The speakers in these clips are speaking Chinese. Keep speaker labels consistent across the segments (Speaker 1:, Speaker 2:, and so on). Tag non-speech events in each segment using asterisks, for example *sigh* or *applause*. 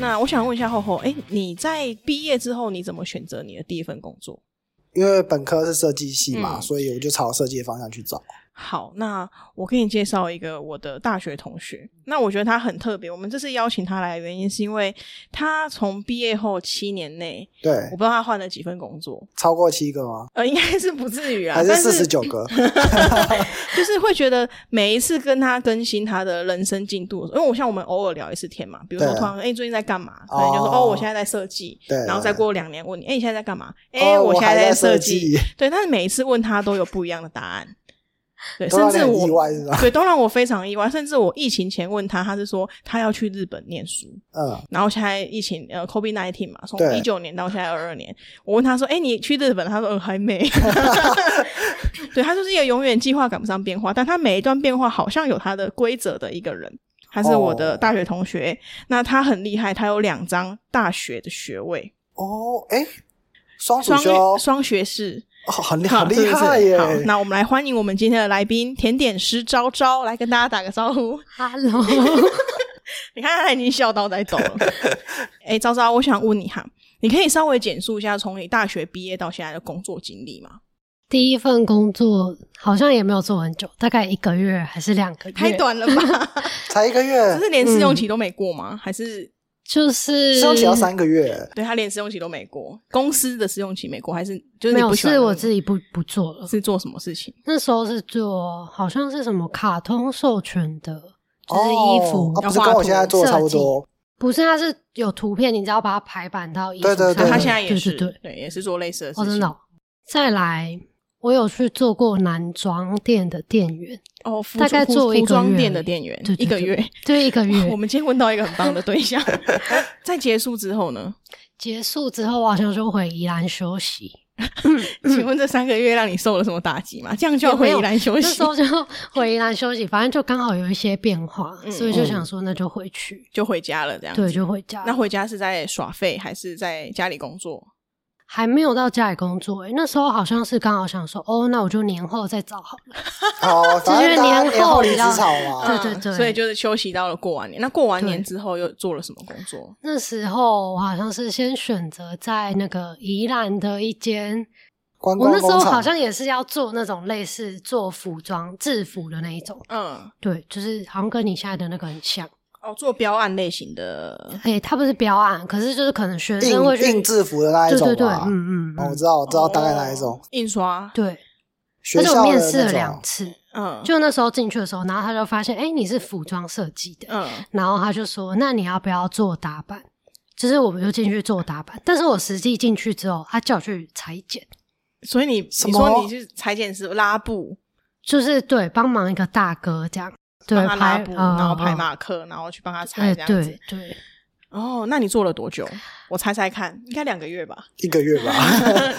Speaker 1: 那我想问一下厚厚，哎，你在毕业之后你怎么选择你的第一份工作？
Speaker 2: 因为本科是设计系嘛，
Speaker 1: 嗯
Speaker 2: 所以我就朝设计的方向去找。
Speaker 1: 好，那我给你介绍一个我的大学同学。那我觉得他很特别，我们这次邀请他来的原因是因为他从毕业后七年内，
Speaker 2: 对
Speaker 1: 我不，知道他换了几份工作，
Speaker 2: 超过七个吗？
Speaker 1: 呃，应该是不至于啊，
Speaker 2: 还是
Speaker 1: 但
Speaker 2: 四十九个？
Speaker 1: *laughs* 就是会觉得每一次跟他更新他的人生进度，因为我像我们偶尔聊一次天嘛，比如说
Speaker 2: 对
Speaker 1: 突然哎、诶最近在干嘛，可能就说
Speaker 2: 哦
Speaker 1: 哦我现在在设计，
Speaker 2: 对
Speaker 1: 然后再过两年问你哎、诶你现在在干嘛？哎、
Speaker 2: 哦
Speaker 1: 我
Speaker 2: 我
Speaker 1: 现
Speaker 2: 还
Speaker 1: 在
Speaker 2: 在
Speaker 1: 设
Speaker 2: 设
Speaker 1: 计，对，但是每一次问他都有不一样的答案， *laughs* 对，
Speaker 2: 都
Speaker 1: 甚
Speaker 2: 让你
Speaker 1: 至
Speaker 2: 很意
Speaker 1: 我
Speaker 2: 外是吧？
Speaker 1: 对都让我非常意外，甚至我疫情前问他，他是说他要去日本念书，
Speaker 2: 嗯，
Speaker 1: 然后现在疫情呃 COVID nineteen 嘛，从
Speaker 2: 对
Speaker 1: 一九年到现在二二年，我问他说：“哎、你去日本？”他说：“呃，还
Speaker 2: *laughs*
Speaker 1: 没。” *laughs* 对他就是一个永远计划赶不上变化，但他每一段变化好像有他的规则的一个人。他是我的
Speaker 2: 哦
Speaker 1: 大学同学那他很厉害，他有两张大学的学位，
Speaker 2: 哦，哎，双主
Speaker 1: 双
Speaker 2: 修，哦，
Speaker 1: 双学士，
Speaker 2: 很厉
Speaker 1: 好
Speaker 2: 很
Speaker 1: 是
Speaker 2: 厉
Speaker 1: 不是
Speaker 2: 害耶！
Speaker 1: 好，那我们来欢迎我们今天的来宾甜点师昭昭，来跟大家打个招呼。
Speaker 3: Hello，
Speaker 1: *laughs* 你看他已经笑到在抖
Speaker 3: *laughs*
Speaker 1: 了。哎、昭昭，我想问你哈，你可以稍微简述一下从你大学毕业到现在的工作经历吗？
Speaker 3: 第一份工作好像也没有做很久，大概一个月还是两个月，
Speaker 1: 太短了
Speaker 3: *laughs*
Speaker 1: 吧？
Speaker 2: 才一个月
Speaker 1: 就，是连试用期都没过吗？还是
Speaker 3: 就是
Speaker 2: 试用期要三个月，
Speaker 1: 对他连试用期都没过？公司的试用期没过，还是就是你
Speaker 3: 没有，
Speaker 1: 不喜欢
Speaker 3: 是
Speaker 1: 的
Speaker 3: 我自己不不做了。
Speaker 1: 是做什么事情？
Speaker 3: 那时候是做好像是什么卡通授权的，就是
Speaker 2: 哦
Speaker 3: 衣服，
Speaker 2: 啊不是
Speaker 1: 要画
Speaker 2: 跟我
Speaker 1: 图
Speaker 2: 现在做的差不多。
Speaker 3: 不是它是有图片，你只要把它排版到衣服
Speaker 2: 对对
Speaker 3: 上。
Speaker 1: 那
Speaker 2: 对
Speaker 1: 他现在也是
Speaker 3: 对对对，
Speaker 1: 也是做类似的事
Speaker 3: 哦
Speaker 1: 情。
Speaker 3: 真的哦。再来，我有去做过男装店的店员，
Speaker 1: 哦服
Speaker 3: 大概
Speaker 1: 服
Speaker 3: 做一
Speaker 1: 服
Speaker 3: 个
Speaker 1: 装
Speaker 3: 月
Speaker 1: 店的店员
Speaker 3: 对对
Speaker 1: 一个
Speaker 3: 对
Speaker 1: 月。*laughs*
Speaker 3: 对，一个月。
Speaker 1: 我们今天问到一个很棒的对
Speaker 3: *laughs*
Speaker 1: 象，在结束之后呢？
Speaker 3: 结束之后，我好像就回宜兰休息。
Speaker 1: 请问这三个月让你受了什么打击吗？这样就要
Speaker 3: 嗯也没
Speaker 1: 回
Speaker 3: 有
Speaker 1: 宜兰休
Speaker 3: 那
Speaker 1: 息
Speaker 3: 时，候就回宜兰休息，反正就刚好有一些变化，
Speaker 1: 嗯
Speaker 3: 所以就想说那就回去，
Speaker 1: 就回家
Speaker 2: 嗯
Speaker 1: 了，这样子
Speaker 3: 对，就回家。
Speaker 1: 那回家是在耍废还是在家里工作？
Speaker 3: 还没有到家里工作、欸，那时候好像是刚好想说，哦，那我就年后再找好了。
Speaker 2: 好，反正大家
Speaker 3: 就是
Speaker 2: 年
Speaker 3: 年
Speaker 2: 后
Speaker 3: 后
Speaker 2: 离职
Speaker 3: 比较
Speaker 1: *laughs*
Speaker 2: 潮
Speaker 1: 嗯
Speaker 2: 嘛。
Speaker 3: 对对对
Speaker 1: 所以就是休息到了过完年。那过完年之后又做了什么工作？
Speaker 3: 那时候我好像是先选择在那个宜兰的一间，
Speaker 2: 观
Speaker 3: 我
Speaker 2: 光
Speaker 3: 那时候
Speaker 2: 工厂
Speaker 3: 好像也是要做那种类似做服装制服的那一种，
Speaker 1: 嗯，
Speaker 3: 对，就是好像跟你现在的那个很像。
Speaker 1: 哦，做标案类型的。
Speaker 3: 哎、它不是标案，可是就是可能学生会
Speaker 2: 印
Speaker 3: 去
Speaker 2: 印，制服的那一
Speaker 3: 对
Speaker 2: 种
Speaker 3: 对对，
Speaker 2: 嘛
Speaker 3: 嗯嗯
Speaker 2: 哦我
Speaker 3: 嗯，
Speaker 2: 知道，我知道大概哪一种
Speaker 1: 哦。印刷？
Speaker 3: 对。
Speaker 2: 学
Speaker 3: 而且
Speaker 2: 校
Speaker 3: 我面
Speaker 2: 的
Speaker 3: 试了
Speaker 2: 那
Speaker 3: 两
Speaker 2: 种，
Speaker 3: 次，
Speaker 1: 嗯，
Speaker 3: 就那时候进去的时候，然后他就发现，哎、你是服装设计的，
Speaker 1: 嗯
Speaker 3: 然后他就说，那你要不要做打版？就是我们就进去做打版，但是我实际进去之后，他叫我去裁剪，
Speaker 1: 所以你你
Speaker 2: 什么
Speaker 1: 说你是裁剪师拉布，
Speaker 3: 就是对帮忙一个大哥这样，对
Speaker 1: 帮他拉
Speaker 3: 拍，
Speaker 1: 布，
Speaker 3: 嗯
Speaker 1: 然后排
Speaker 3: 嗯
Speaker 1: 马克，然后去帮他裁
Speaker 3: 哎
Speaker 1: 这样子
Speaker 3: 对。对，
Speaker 1: 哦，那你做了多久？我猜猜看，应该两个月
Speaker 2: *laughs*
Speaker 1: 吧。
Speaker 2: 一个月吧。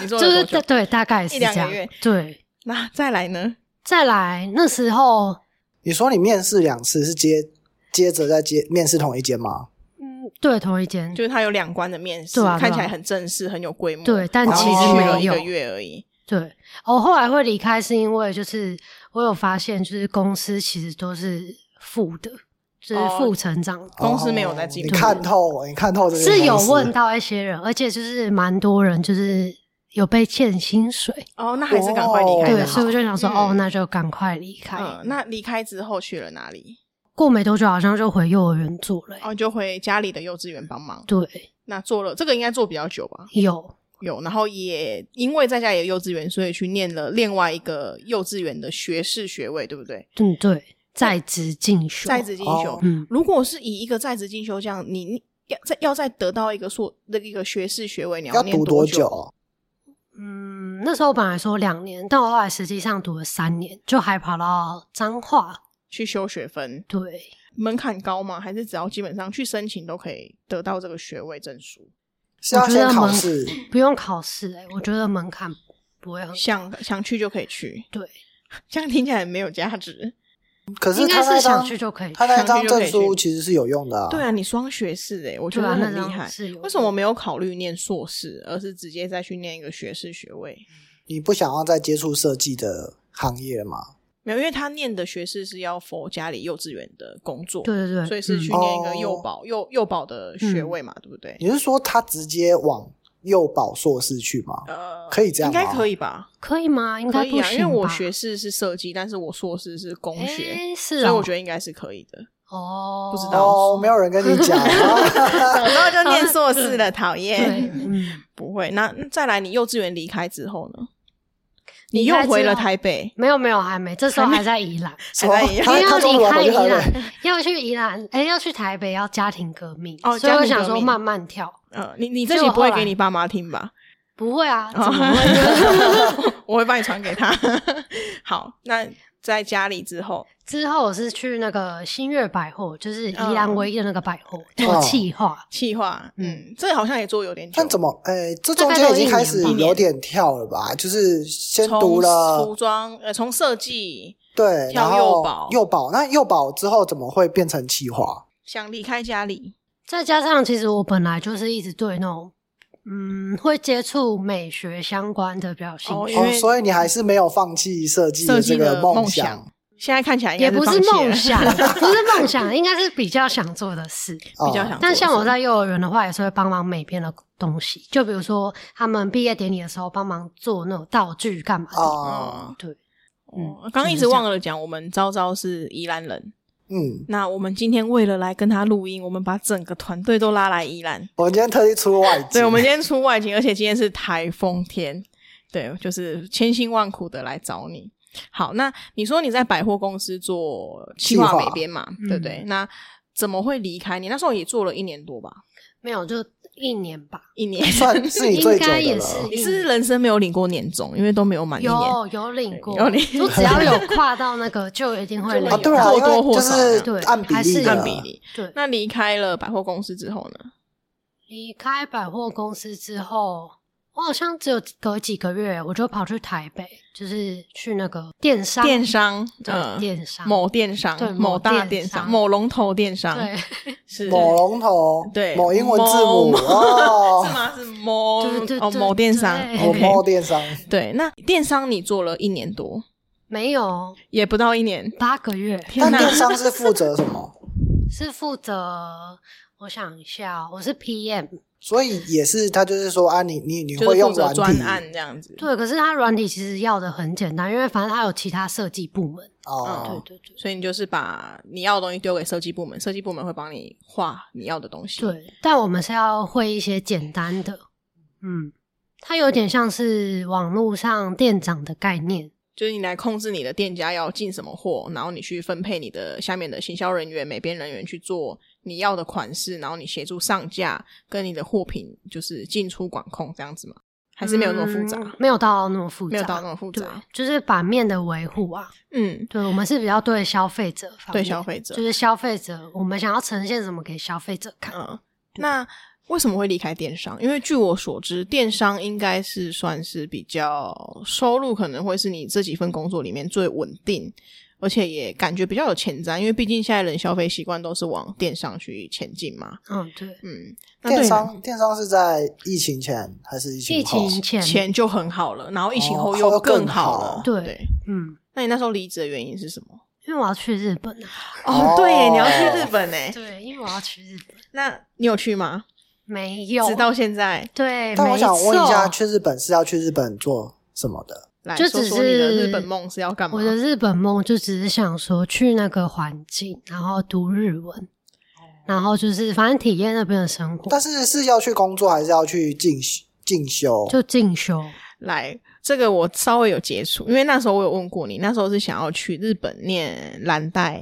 Speaker 1: 你做
Speaker 3: 就是
Speaker 1: 了多
Speaker 3: 对
Speaker 1: 久？
Speaker 3: 对，大概
Speaker 1: 一
Speaker 3: 是
Speaker 1: 两
Speaker 3: 这
Speaker 1: 个
Speaker 3: 样
Speaker 1: 月，
Speaker 3: 对。
Speaker 1: 那再来呢？
Speaker 3: 再来那时候，
Speaker 2: 你说你面试两次是接接着再接面试同一间吗？
Speaker 3: 嗯，对，同一间，
Speaker 1: 就是他有两关的面试，
Speaker 3: 对啊对啊
Speaker 1: 看起来很正式，很有规模。
Speaker 3: 对但
Speaker 1: 然后
Speaker 2: 其
Speaker 1: 你
Speaker 2: 实
Speaker 1: 去
Speaker 2: 没
Speaker 1: 了一
Speaker 3: 有
Speaker 1: 个月而已。
Speaker 3: 对，我、后来会离开是因为就是我有发现，就是公司其实都是负的，就是
Speaker 1: 哦
Speaker 3: 负成长的。
Speaker 1: 公司没有在进
Speaker 2: 进
Speaker 1: 步
Speaker 2: 哦你看透，你看透这个
Speaker 3: 是有问到一些人，而且就是蛮多人就是有被欠薪水，
Speaker 1: 哦，那还是赶快离开
Speaker 3: 对，
Speaker 1: 的
Speaker 3: 所以
Speaker 1: 好。
Speaker 3: 我就想说，
Speaker 1: 嗯
Speaker 3: 哦，那就赶快离开。
Speaker 1: 嗯，那离开之后去了哪里？
Speaker 3: 过没多久，好像就回幼儿园住了欸、
Speaker 1: 哦，就回家里的幼稚园帮忙。
Speaker 3: 对，
Speaker 1: 那做了这个应该做比较久吧？
Speaker 3: 有
Speaker 1: 有，然后也因为在家里的幼稚园，所以去念了另外一个幼稚园的学士学位，对不对？
Speaker 3: 嗯对，在职进修，
Speaker 1: 在职进修。
Speaker 2: 哦
Speaker 3: 嗯，
Speaker 1: 如果是以一个在职进修这样，你你要再要再得到一个硕那个一个学士学位，你
Speaker 2: 要
Speaker 1: 念
Speaker 2: 读多
Speaker 1: 久？
Speaker 2: 久？啊
Speaker 3: 嗯，那时候本来说两年，但我后来实际上读了三年，就还跑到彰化，
Speaker 1: 去修学分？
Speaker 3: 对，
Speaker 1: 门槛高吗？还是只要基本上去申请都可以得到这个学位证书？
Speaker 2: 是要
Speaker 3: 我觉得
Speaker 2: 先考
Speaker 3: 门
Speaker 2: 试，
Speaker 3: 不用考试，哎，我觉得门槛不会很
Speaker 1: 想想去就可以去，
Speaker 3: 对，
Speaker 1: *laughs* 这样听起来没有价值。
Speaker 2: 可是
Speaker 3: 应
Speaker 2: 他
Speaker 3: 该
Speaker 2: 那
Speaker 3: 是想
Speaker 2: 张
Speaker 3: 去就可以去。啊
Speaker 2: 他那张证
Speaker 1: 想去就可
Speaker 2: 书
Speaker 1: 以
Speaker 2: 其实是有用的啊。
Speaker 1: 对啊，你双学士诶、我觉
Speaker 3: 对
Speaker 1: 得
Speaker 3: 啊，那
Speaker 1: 很厉
Speaker 3: 张
Speaker 1: 害。
Speaker 3: 是有
Speaker 1: 为什么没有考虑念硕士，而是直接再去念一个学士学位？
Speaker 2: 你不想要再接触设计的行业了吗？
Speaker 1: 没有，因为他念的学士是要 for 家里幼稚园的工作，
Speaker 3: 对对对，
Speaker 1: 所以是
Speaker 3: 嗯
Speaker 1: 去念一
Speaker 2: 哦
Speaker 1: 个幼保、幼幼保的学位嘛，对不对？
Speaker 2: 你是说他直接往幼保硕士去吗？
Speaker 1: 呃，
Speaker 2: 可以这样
Speaker 1: 应
Speaker 2: 吗？
Speaker 1: 该可以吧？
Speaker 3: 可以吗？应该
Speaker 1: 可
Speaker 3: 不行
Speaker 1: 以
Speaker 3: 吧、
Speaker 1: 啊，因为我学士是设计，但是我硕士是工学，
Speaker 3: 诶是
Speaker 1: 所以
Speaker 3: 哦
Speaker 1: 我觉得应该是可以
Speaker 3: *laughs*
Speaker 1: 的。
Speaker 3: 哦，
Speaker 1: 不知道
Speaker 2: 哦，没有人跟你讲啊。
Speaker 1: 早知道就念硕士了，讨
Speaker 3: *laughs* 对，
Speaker 1: 厌。
Speaker 3: 嗯，
Speaker 1: 不会，那再来，你幼稚园离开之后呢？你
Speaker 3: 离
Speaker 1: 又
Speaker 3: 开之
Speaker 1: 回了
Speaker 3: 后
Speaker 1: 台北，
Speaker 3: 没有没有，还没，这时候
Speaker 1: 还没
Speaker 3: 还在宜兰，
Speaker 1: *laughs*
Speaker 2: 什
Speaker 1: 还
Speaker 2: 么
Speaker 1: 在一样
Speaker 3: 因
Speaker 2: 他
Speaker 3: 为要
Speaker 2: 他终于
Speaker 3: 离
Speaker 2: 跑
Speaker 3: 开
Speaker 2: 去
Speaker 3: 宜
Speaker 2: 台北，
Speaker 3: 兰， *laughs* 要去宜兰，哎，要去台北，要家庭革命，
Speaker 1: 哦
Speaker 3: 所以
Speaker 1: 家
Speaker 3: 我
Speaker 1: 庭
Speaker 3: 想
Speaker 1: 革
Speaker 3: 说
Speaker 1: 命
Speaker 3: 慢慢跳，
Speaker 1: 呃，你你这
Speaker 3: 所以
Speaker 1: 集
Speaker 3: 我
Speaker 1: 不会
Speaker 3: 后
Speaker 1: 给
Speaker 3: 来
Speaker 1: 你爸妈听吧？
Speaker 3: 不会啊，怎
Speaker 1: 哦
Speaker 3: 么
Speaker 1: *laughs*
Speaker 3: 会？
Speaker 1: 我会帮你传给他。 *laughs* 好，那在家里之后，
Speaker 3: 之后我是去那个新月百货，就是宜兰
Speaker 1: 嗯
Speaker 3: 唯一的那个百货做
Speaker 2: 哦
Speaker 3: 企划，
Speaker 1: 企划，嗯，这个好像也做有点久，
Speaker 2: 但怎么？哎，这中
Speaker 3: 大概
Speaker 2: 间
Speaker 3: 都
Speaker 2: 已经
Speaker 3: 一
Speaker 2: 开
Speaker 3: 年
Speaker 2: 始
Speaker 3: 吧
Speaker 2: 有点跳了吧？就是先
Speaker 1: 从
Speaker 2: 读
Speaker 1: 服
Speaker 2: 了
Speaker 1: 装，呃，从设计
Speaker 2: 对，
Speaker 1: 跳
Speaker 2: 然
Speaker 1: 幼
Speaker 2: 后
Speaker 1: 保
Speaker 2: 幼保，那幼保之后怎么会变成企划？
Speaker 1: 想离开家里，
Speaker 3: 再加上其实我本来就是一直对那种嗯会接触美学相关的比较有兴
Speaker 1: 哦
Speaker 3: 趣，
Speaker 1: 因
Speaker 2: 哦
Speaker 1: 为，
Speaker 2: 所以你还是没有放弃设计
Speaker 1: 设计
Speaker 2: 这
Speaker 1: 的
Speaker 2: 个
Speaker 1: 梦
Speaker 2: 梦
Speaker 1: 想
Speaker 2: 想
Speaker 1: 现在看起来应该
Speaker 3: 也不
Speaker 1: 放
Speaker 3: 是
Speaker 1: 弃了
Speaker 3: 梦，
Speaker 1: *laughs*
Speaker 3: 想，不是梦想，应该是比较想做的事。
Speaker 2: 哦
Speaker 1: 比较想做的事。
Speaker 3: 但像我在幼儿园的话，也是会帮忙美编的东西，就比如说他们毕业典礼的时候，帮忙做那种道具干嘛
Speaker 1: *laughs*
Speaker 3: 的。
Speaker 2: 啊，
Speaker 3: 对，
Speaker 1: 哦，嗯刚刚一直忘了讲，我们昭昭是宜兰人。
Speaker 2: 嗯，
Speaker 1: 那我们今天为了来跟他录音，我们把整个团队都拉来宜兰。
Speaker 2: 我们今天特地出外景，
Speaker 1: 对，我们今天出外景，而且今天是台风天，对，就是千辛万苦的来找你。好，那你说你在百货公司做企划
Speaker 2: 计划
Speaker 1: 美编嘛，
Speaker 3: 嗯
Speaker 1: 对不对？那怎么会离开你？那时候也做了一年多吧，
Speaker 3: 没有就一年吧，
Speaker 1: 一年。
Speaker 2: *laughs* 算是你最
Speaker 3: 应
Speaker 2: 久
Speaker 3: 该
Speaker 2: 的
Speaker 3: 也是
Speaker 2: 了。
Speaker 1: 你
Speaker 3: 一
Speaker 1: 是
Speaker 3: 年
Speaker 1: 人生没有领过年终，因为都没有啊满一年。
Speaker 3: 有有领过，
Speaker 1: 有领
Speaker 3: 就只
Speaker 1: *laughs*
Speaker 3: 要有跨到那个，就一定会领
Speaker 1: 就
Speaker 2: 啊，
Speaker 1: 会有
Speaker 2: 对啊，
Speaker 1: 或
Speaker 2: 因为
Speaker 1: 多或
Speaker 2: 就
Speaker 1: 少
Speaker 2: 是
Speaker 1: 的
Speaker 3: 对
Speaker 2: 按比
Speaker 3: 还
Speaker 2: 例
Speaker 3: 是
Speaker 2: 的，
Speaker 1: 按比例。
Speaker 3: 对，
Speaker 1: 那离开了百货公司之后呢？
Speaker 3: 离开百货公司之后，我好像只有隔几个月，我就跑去台北，就是去那个电商，
Speaker 1: 电商，嗯
Speaker 3: 对电商
Speaker 1: 某电商
Speaker 3: 对，
Speaker 1: 某
Speaker 3: 某
Speaker 1: 大
Speaker 3: 电
Speaker 1: 商，
Speaker 3: 商
Speaker 1: 某龙头电商，
Speaker 3: 对，
Speaker 1: 是
Speaker 2: 某龙头，
Speaker 1: 对
Speaker 2: 某英文字母
Speaker 1: 某 *laughs*
Speaker 2: 哦
Speaker 1: 是，吗？是某
Speaker 3: 对对
Speaker 1: 哦
Speaker 3: 对
Speaker 1: 某电商
Speaker 3: 对
Speaker 2: 某某
Speaker 1: ，OK，
Speaker 2: 电商，
Speaker 1: 对。那电商你做了一年多，
Speaker 3: 没有
Speaker 1: 也不到一年，
Speaker 3: 八个月，
Speaker 1: 天
Speaker 2: 但
Speaker 1: 哪！
Speaker 2: 电商是负责什么？
Speaker 3: 是负责，我想一下哦，我是 PM，
Speaker 2: 所以也是他就是说啊，你你你
Speaker 1: 就
Speaker 2: 会
Speaker 1: 是
Speaker 2: 用
Speaker 1: 负责
Speaker 2: 软
Speaker 1: 专
Speaker 2: 体
Speaker 1: 案这嗯样子，
Speaker 3: 对，可是它软体其实要的很简单，因为反正它有其他设计部门，
Speaker 2: 哦，
Speaker 3: 对对对。
Speaker 1: 所以你就是把你要的东西丢给设计部门，设计部门会帮你画你要的东西。
Speaker 3: 对，但我们是要会一些简单的，嗯，它有点像是网络上店长的概念，
Speaker 1: 就是你来控制你的店家要进什么货，然后你去分配你的下面的行销人员、美编人员去做你要的款式，然后你协助上架跟你的货品就是进出管控这样子嘛？还是没有那么复杂？
Speaker 3: 嗯没有到那么复杂，
Speaker 1: 没有到那么复杂。
Speaker 3: 对，就是版面的维护啊，
Speaker 1: 嗯，
Speaker 3: 对我们是比较对消费者方
Speaker 1: 对
Speaker 3: 面，
Speaker 1: 消费者
Speaker 3: 就是消费者，我们想要呈现什么给消费者看，
Speaker 1: 嗯，那为什么会离开电商？因为据我所知，电商应该是算是比较收入可能会是你这几份工作里面最稳定，而且也感觉比较有前瞻，因为毕竟现在人消费习惯都是往电商去前进嘛。
Speaker 3: 嗯，对，
Speaker 1: 嗯，那对
Speaker 2: 电
Speaker 1: 你
Speaker 2: 商电商是在疫情前还是疫
Speaker 3: 疫
Speaker 2: 情后？啊
Speaker 3: 情前，
Speaker 1: 前就很好了，然后疫情
Speaker 2: 哦
Speaker 1: 后
Speaker 2: 后
Speaker 1: 又
Speaker 2: 又更
Speaker 1: 好
Speaker 2: 好
Speaker 1: 了。
Speaker 3: 对嗯，
Speaker 1: 那你那时候离职的原因是什么？
Speaker 3: 因为我要去日本啊，
Speaker 1: 哦
Speaker 2: *laughs* 哦，
Speaker 1: 对耶，你要去日本哎，
Speaker 3: 对，因为我要去日本，
Speaker 1: 那你有去吗？
Speaker 3: 没有，
Speaker 1: 直到现在，
Speaker 3: 对，
Speaker 2: 但我
Speaker 3: 没
Speaker 2: 想问一下，
Speaker 3: 错
Speaker 2: 去日本是要去日本做什么的？
Speaker 1: 来
Speaker 3: 就
Speaker 1: 说
Speaker 3: 只
Speaker 1: 说你的
Speaker 3: 是
Speaker 1: 日本梦是要干嘛
Speaker 3: 我？的日本梦就只是想说去那个环境，然后读日文，然后就是反正体验那边的生活，
Speaker 2: 但是是要去工作还是要去进修进修？
Speaker 3: 就进修。
Speaker 1: 来，这个我稍微有接触，因为那时候我有问过你，那时候是想要去日本念蓝带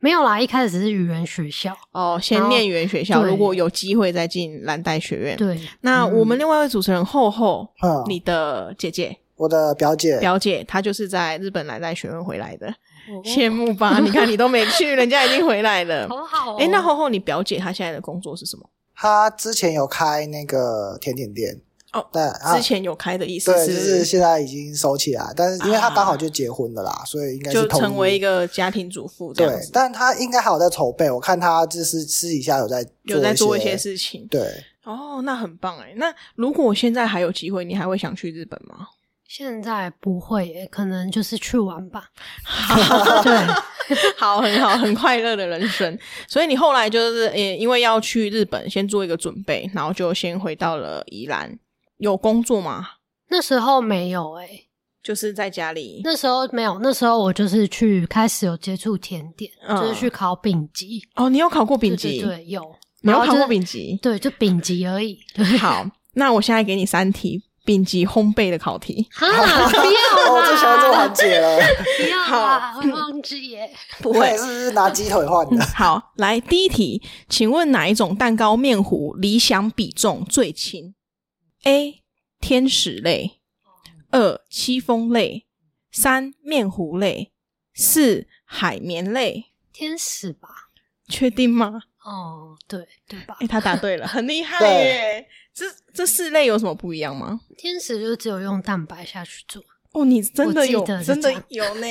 Speaker 3: 没有啦，一开始只是语言学校，
Speaker 1: 哦，先
Speaker 3: 哦
Speaker 1: 念语言学校，
Speaker 3: 对
Speaker 1: 如果有机会再进蓝带学院。
Speaker 3: 对，
Speaker 1: 那我们
Speaker 3: 嗯
Speaker 1: 另外一位主持人厚厚，
Speaker 2: 嗯
Speaker 1: 你的姐姐
Speaker 2: 我的表姐，
Speaker 1: 表姐，她就是在日本蓝带学院回来的， *laughs*
Speaker 3: 我
Speaker 1: 羡慕吧？你看你都没去，人家已经回来了。
Speaker 3: *laughs* 好好哦。
Speaker 1: 哎、那厚厚，你表姐她现在的工作是什么？
Speaker 2: 她之前有开那个甜点店
Speaker 1: 哦
Speaker 2: 但啊
Speaker 1: 之前有开的意思
Speaker 2: 对，就是是现在已经收起来，但是因为她
Speaker 1: 啊
Speaker 2: 刚好就结婚了啦，所以应该
Speaker 1: 就是
Speaker 2: 同
Speaker 1: 成为一
Speaker 2: 个
Speaker 1: 个家庭主妇这
Speaker 2: 对
Speaker 1: 样，子，
Speaker 2: 但她应该还有在筹备，我看她就是私底下有在
Speaker 1: 有在做一
Speaker 2: 一
Speaker 1: 些事 *laughs* 情。
Speaker 2: 对，
Speaker 1: 欸哦，那很棒哎。那如果现在还有机会，你还会想去日本吗？ *laughs*
Speaker 3: 现在不会耶，可能就是去玩吧。
Speaker 1: 对，好，很好，很快乐的人生。所以你后来就是也因为要去日本，先做一个准备，然后就先回到了宜兰。有工作吗？
Speaker 3: 那时候没有哎、
Speaker 1: 就是在家里。
Speaker 3: 那时候没有，那时候我就是去开始有接触甜点，
Speaker 1: 嗯
Speaker 3: 就是去考丙级，
Speaker 1: 哦，你有考过丙级？
Speaker 3: 对对对，有，
Speaker 1: 你有
Speaker 3: 然后
Speaker 1: 考
Speaker 3: 就
Speaker 1: 过
Speaker 3: 是
Speaker 1: 丙级？
Speaker 3: 对，就丙级而已。对，
Speaker 1: 好，那我现在给你三题丙级烘焙的考题。
Speaker 3: *laughs* 哈，
Speaker 1: 啊
Speaker 3: 不要
Speaker 2: 哦， *laughs* 我
Speaker 3: 啦，
Speaker 2: 最喜欢这个环节了，
Speaker 3: 不要啦，会忘记耶。
Speaker 1: *laughs* 不
Speaker 2: 我也是不是拿鸡腿换的。
Speaker 1: 嗯好，来第一题，请问哪一种蛋糕面糊理想比重最轻？A. 天使类，二戚风类，三面糊类，四海绵类。
Speaker 3: 天使吧，
Speaker 1: 确定吗？
Speaker 3: 哦，对对吧
Speaker 1: 哎、？他答
Speaker 3: *laughs*
Speaker 1: 对了，很厉害
Speaker 2: 对
Speaker 1: 耶！这这四类有什么不一样吗？
Speaker 3: 天使就只有用蛋白下去做，
Speaker 1: 哦，你真的有
Speaker 3: 我记得，是
Speaker 1: 真的
Speaker 3: 这样
Speaker 1: 有
Speaker 3: *laughs*
Speaker 1: 呢。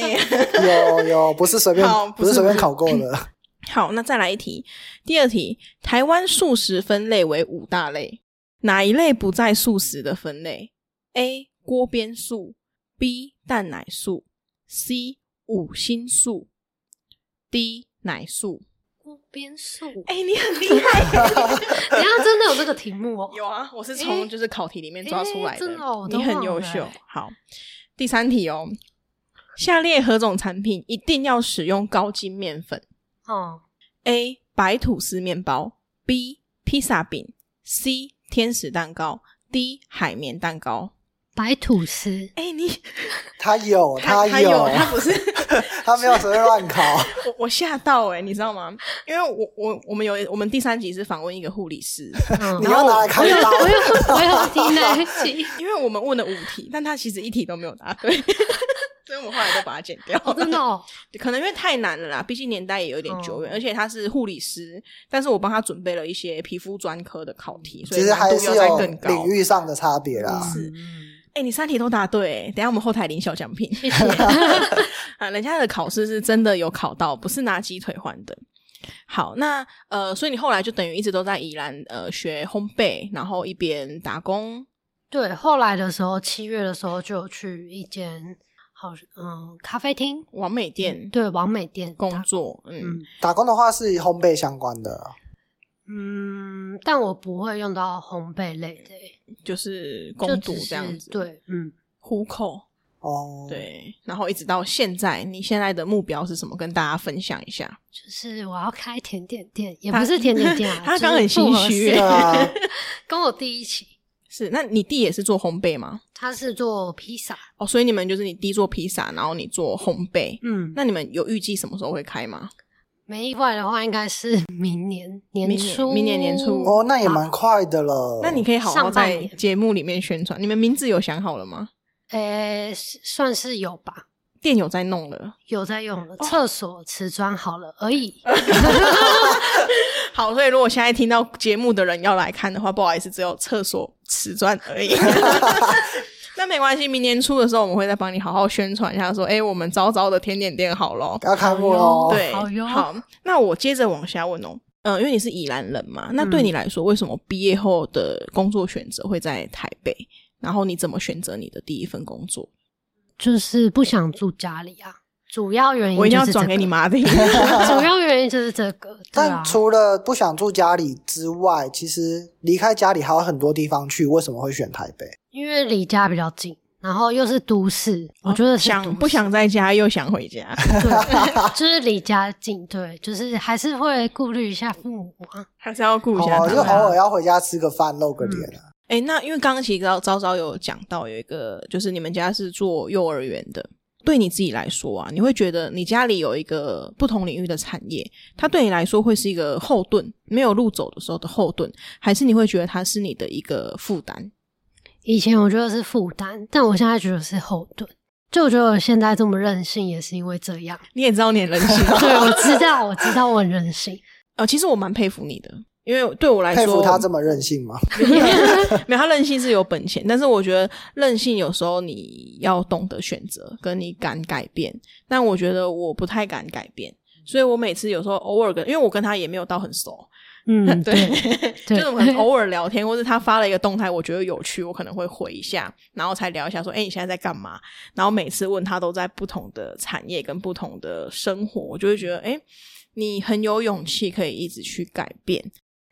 Speaker 2: 有有，不是随
Speaker 1: *laughs*
Speaker 2: 便
Speaker 1: 好，
Speaker 2: 不是
Speaker 1: 不是
Speaker 2: 随便
Speaker 1: 不是
Speaker 2: 考过
Speaker 1: *laughs*
Speaker 2: 的。
Speaker 1: 好，那再来一题。第二题，台湾素食分类为五大类，哪一类不在素食的分类？A. 锅边素，B. 蛋奶素，C. 五星素，D. 奶素。
Speaker 3: 锅边素。
Speaker 1: 哎、你很厉害！
Speaker 3: 等
Speaker 2: *laughs*
Speaker 3: 一下真的有这个题目哦。
Speaker 1: *laughs* 有啊，我是从就是考题里面抓出来
Speaker 3: 哎真的哦我都
Speaker 1: 你很
Speaker 3: 忘
Speaker 1: 优
Speaker 3: 了
Speaker 1: 秀
Speaker 3: 哎。
Speaker 1: 好，第三题哦，下列何种产品一定要使用高筋面粉？
Speaker 3: 哦，
Speaker 1: A 白吐司面包，B 披萨饼，C 天使蛋糕，D 海绵蛋糕。
Speaker 3: 白
Speaker 2: *laughs*
Speaker 3: 吐司，
Speaker 1: 哎、你
Speaker 2: 他有，
Speaker 1: 他他
Speaker 2: 有，哦
Speaker 1: 他不是 *laughs*
Speaker 2: 他没有随便乱考。
Speaker 1: 我我吓到哎、你知道吗？因为我我我们有我们第三集是访问一个护理师，
Speaker 3: 嗯
Speaker 2: 你，要拿来
Speaker 3: 我
Speaker 2: 开
Speaker 3: 有
Speaker 2: 刀，
Speaker 3: 我有我有
Speaker 2: *laughs*
Speaker 3: 听那一集，
Speaker 1: 因为我们问了五题，但他其实一题都没有答对， *laughs* 所以我们后来都把它剪掉了。
Speaker 3: 哦，真
Speaker 2: *laughs*
Speaker 3: 的哦，
Speaker 1: 可能因为太难了啦，毕竟年代也有点久远，
Speaker 3: 哦
Speaker 1: 而且他是护理师，但是我帮他准备了一些皮肤专科的考题， *laughs* 所
Speaker 2: 嗯其
Speaker 1: 以
Speaker 2: 实
Speaker 1: 难
Speaker 2: 还
Speaker 1: 度
Speaker 2: 是
Speaker 1: 又再
Speaker 2: 有
Speaker 1: 更高。
Speaker 2: 领域上的差别啦。
Speaker 1: 是
Speaker 3: 嗯
Speaker 1: 哎、你三题都答对、等一下我们后台领小奖品
Speaker 3: 谢谢。
Speaker 1: *laughs* 啊！人家的考试是真的有考到，不是拿鸡腿换的。好，那呃，所以你后来就等于一直都在宜兰呃学烘焙，然后一边打工。
Speaker 3: 对，后来的时候，七月的时候就有去一间好像嗯咖啡厅，
Speaker 1: 完美店
Speaker 3: 嗯对，完美店
Speaker 1: 工
Speaker 3: 打
Speaker 1: 作，嗯
Speaker 3: 嗯
Speaker 2: 打工的话是烘焙相关的，
Speaker 3: 嗯，但我不会用到烘焙类的欸，
Speaker 1: 就是
Speaker 3: 就
Speaker 1: 工读
Speaker 3: 只
Speaker 1: 这样
Speaker 3: 是
Speaker 1: 子，，
Speaker 3: 对，嗯，
Speaker 1: 糊口，
Speaker 2: 哦，，
Speaker 1: 对，然后一直到现在，你现在的目标是什么？跟大家分享一下。
Speaker 3: 就是我要开甜点店，也
Speaker 1: 他
Speaker 3: 不是甜点店啊，
Speaker 1: *laughs* 他
Speaker 3: 就
Speaker 1: 刚
Speaker 3: 是
Speaker 1: 很心
Speaker 3: 复合
Speaker 1: 虚
Speaker 3: 式
Speaker 1: 欸
Speaker 2: 对
Speaker 3: 的
Speaker 2: 啊，
Speaker 1: *laughs*
Speaker 3: 跟我弟一起，
Speaker 1: 是，那你弟也是做烘焙吗？
Speaker 3: 他是做披萨，
Speaker 1: 哦，所以你们就是你弟做披萨，然后你做烘焙。
Speaker 3: 嗯，
Speaker 1: 那你们有预计什么时候会开吗？
Speaker 3: 没意外的话应该是 *laughs* 明年
Speaker 1: 明
Speaker 3: 年
Speaker 1: 年
Speaker 3: 初，
Speaker 1: 明年年初
Speaker 2: 哦，那也蛮快的了。
Speaker 1: 那你可以好好
Speaker 3: 上半
Speaker 1: 在
Speaker 3: 年
Speaker 1: 节目里面宣传。你们名字有想好了吗？
Speaker 3: 诶、是算是有吧，
Speaker 1: 店有在弄了。
Speaker 3: 有在用
Speaker 1: 哦
Speaker 3: 了，厕所瓷砖好了而已，
Speaker 1: 好，所以如果现在听到节目的人要来看的话，不好意思，只有厕所瓷砖而已。 *laughs* 那没关系，明年初的时候我们会再帮你好好宣传一下，说，哎、我们早早的甜点店好咯。
Speaker 2: 要开幕喽
Speaker 3: 哦，
Speaker 1: 对，
Speaker 3: 好哟
Speaker 1: 那我接着往下问哦。嗯、因为你是宜兰人
Speaker 3: 嗯
Speaker 1: 嘛，那对你来说，为什么毕业后的工作选择会在台北？然后你怎么选择你的第一份工作？
Speaker 3: 就是不想住家里啊，主要原因、
Speaker 1: 我一定要转给你
Speaker 3: 们。
Speaker 1: 妈听。
Speaker 3: *laughs* 主要原因就是这个，对啊
Speaker 2: 但，除了不想住家里之外，其实离开家里还有很多地方去。为什么会选台北？
Speaker 3: 因为离家比较近，然后又是都市，我觉得是都
Speaker 1: 哦想
Speaker 3: 市
Speaker 1: 不想在家，又想回
Speaker 3: *laughs*
Speaker 1: 家。 *laughs*
Speaker 3: 对，就是离家近，对，就是还是会顾虑一下父母啊。
Speaker 1: 还是要顾一下他啊
Speaker 2: 哦，
Speaker 1: 们。
Speaker 2: 就偶尔要回家吃个饭，露个脸啊。
Speaker 1: 哎、那因为刚刚其实早早早有讲到有一个，就是你们家是做幼儿园的。对你自己来说啊，你会觉得你家里有一个不同领域的产业，它对你来说会是一个后盾，没有路走的时候的后盾，还是你会觉得它是你的一个负担？
Speaker 3: 以前我觉得是负担，但我现在觉得是后盾。就我觉得我现在这么任性，也是因为这样。
Speaker 1: 你也知道你很任性，啊
Speaker 3: *laughs* 对，我知道，我知道我很任性。
Speaker 1: *laughs* 呃，其实我蛮佩服你的，因为对我来说，
Speaker 2: 佩服他这么任性吗？
Speaker 1: *laughs* 没有，他任性是有本钱，但是我觉得任性有时候你要懂得选择，跟你敢改变。但
Speaker 3: 嗯
Speaker 1: 我觉得我不太敢改变，所以我每次有时候偶尔跟，因为我跟他也没有到很熟，
Speaker 3: 嗯，
Speaker 1: *laughs* 对，就
Speaker 3: 对
Speaker 1: 是哦我们可能偶尔聊天，或者他发了一个动态，我觉得有趣，我可能会回一下，然后才聊一下说，哎、你现在在干嘛？然后每次问他都在不同的产业跟不同的生活，我就会觉得，哎、你很有勇气可以一直去改变。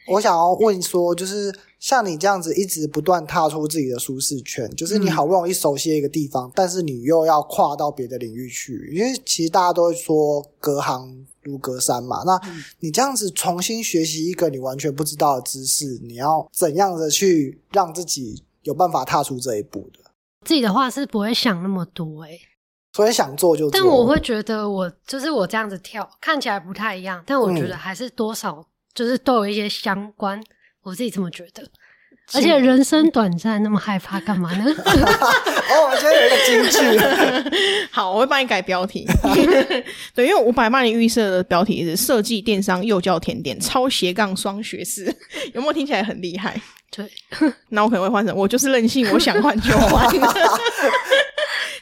Speaker 2: 我想要问说，就是像你这样子一直不断踏出自己的舒适圈，就是你
Speaker 1: 嗯
Speaker 2: 好不容易熟悉一个地方，但是你又要跨到别的领域去，因为其实大家都会说隔行如隔山嘛。那你这样子重新学习一个你完全不知道的知识，你要怎样的去让自己有办法踏出这一步的？
Speaker 3: 自己的话是不会想那么多欸诶、
Speaker 2: 所以想做就做，
Speaker 3: 但我会觉得我就是我这样子跳看起来不太一样，但我觉得还是多少就是都有一些相关，我自己这么觉得。而且人生短暂，那么害怕干嘛呢？ *laughs*
Speaker 2: 哦，我觉得有一个金句，
Speaker 1: *laughs* 好，我会帮你改标题。 *laughs* 对，因为五百万你预设的标题是设计电商幼教甜点超斜杠双学士， *laughs* 有没有听起来很厉害？
Speaker 3: 对，
Speaker 1: 那我可能会换成我就是任性，我想换就换。 *laughs*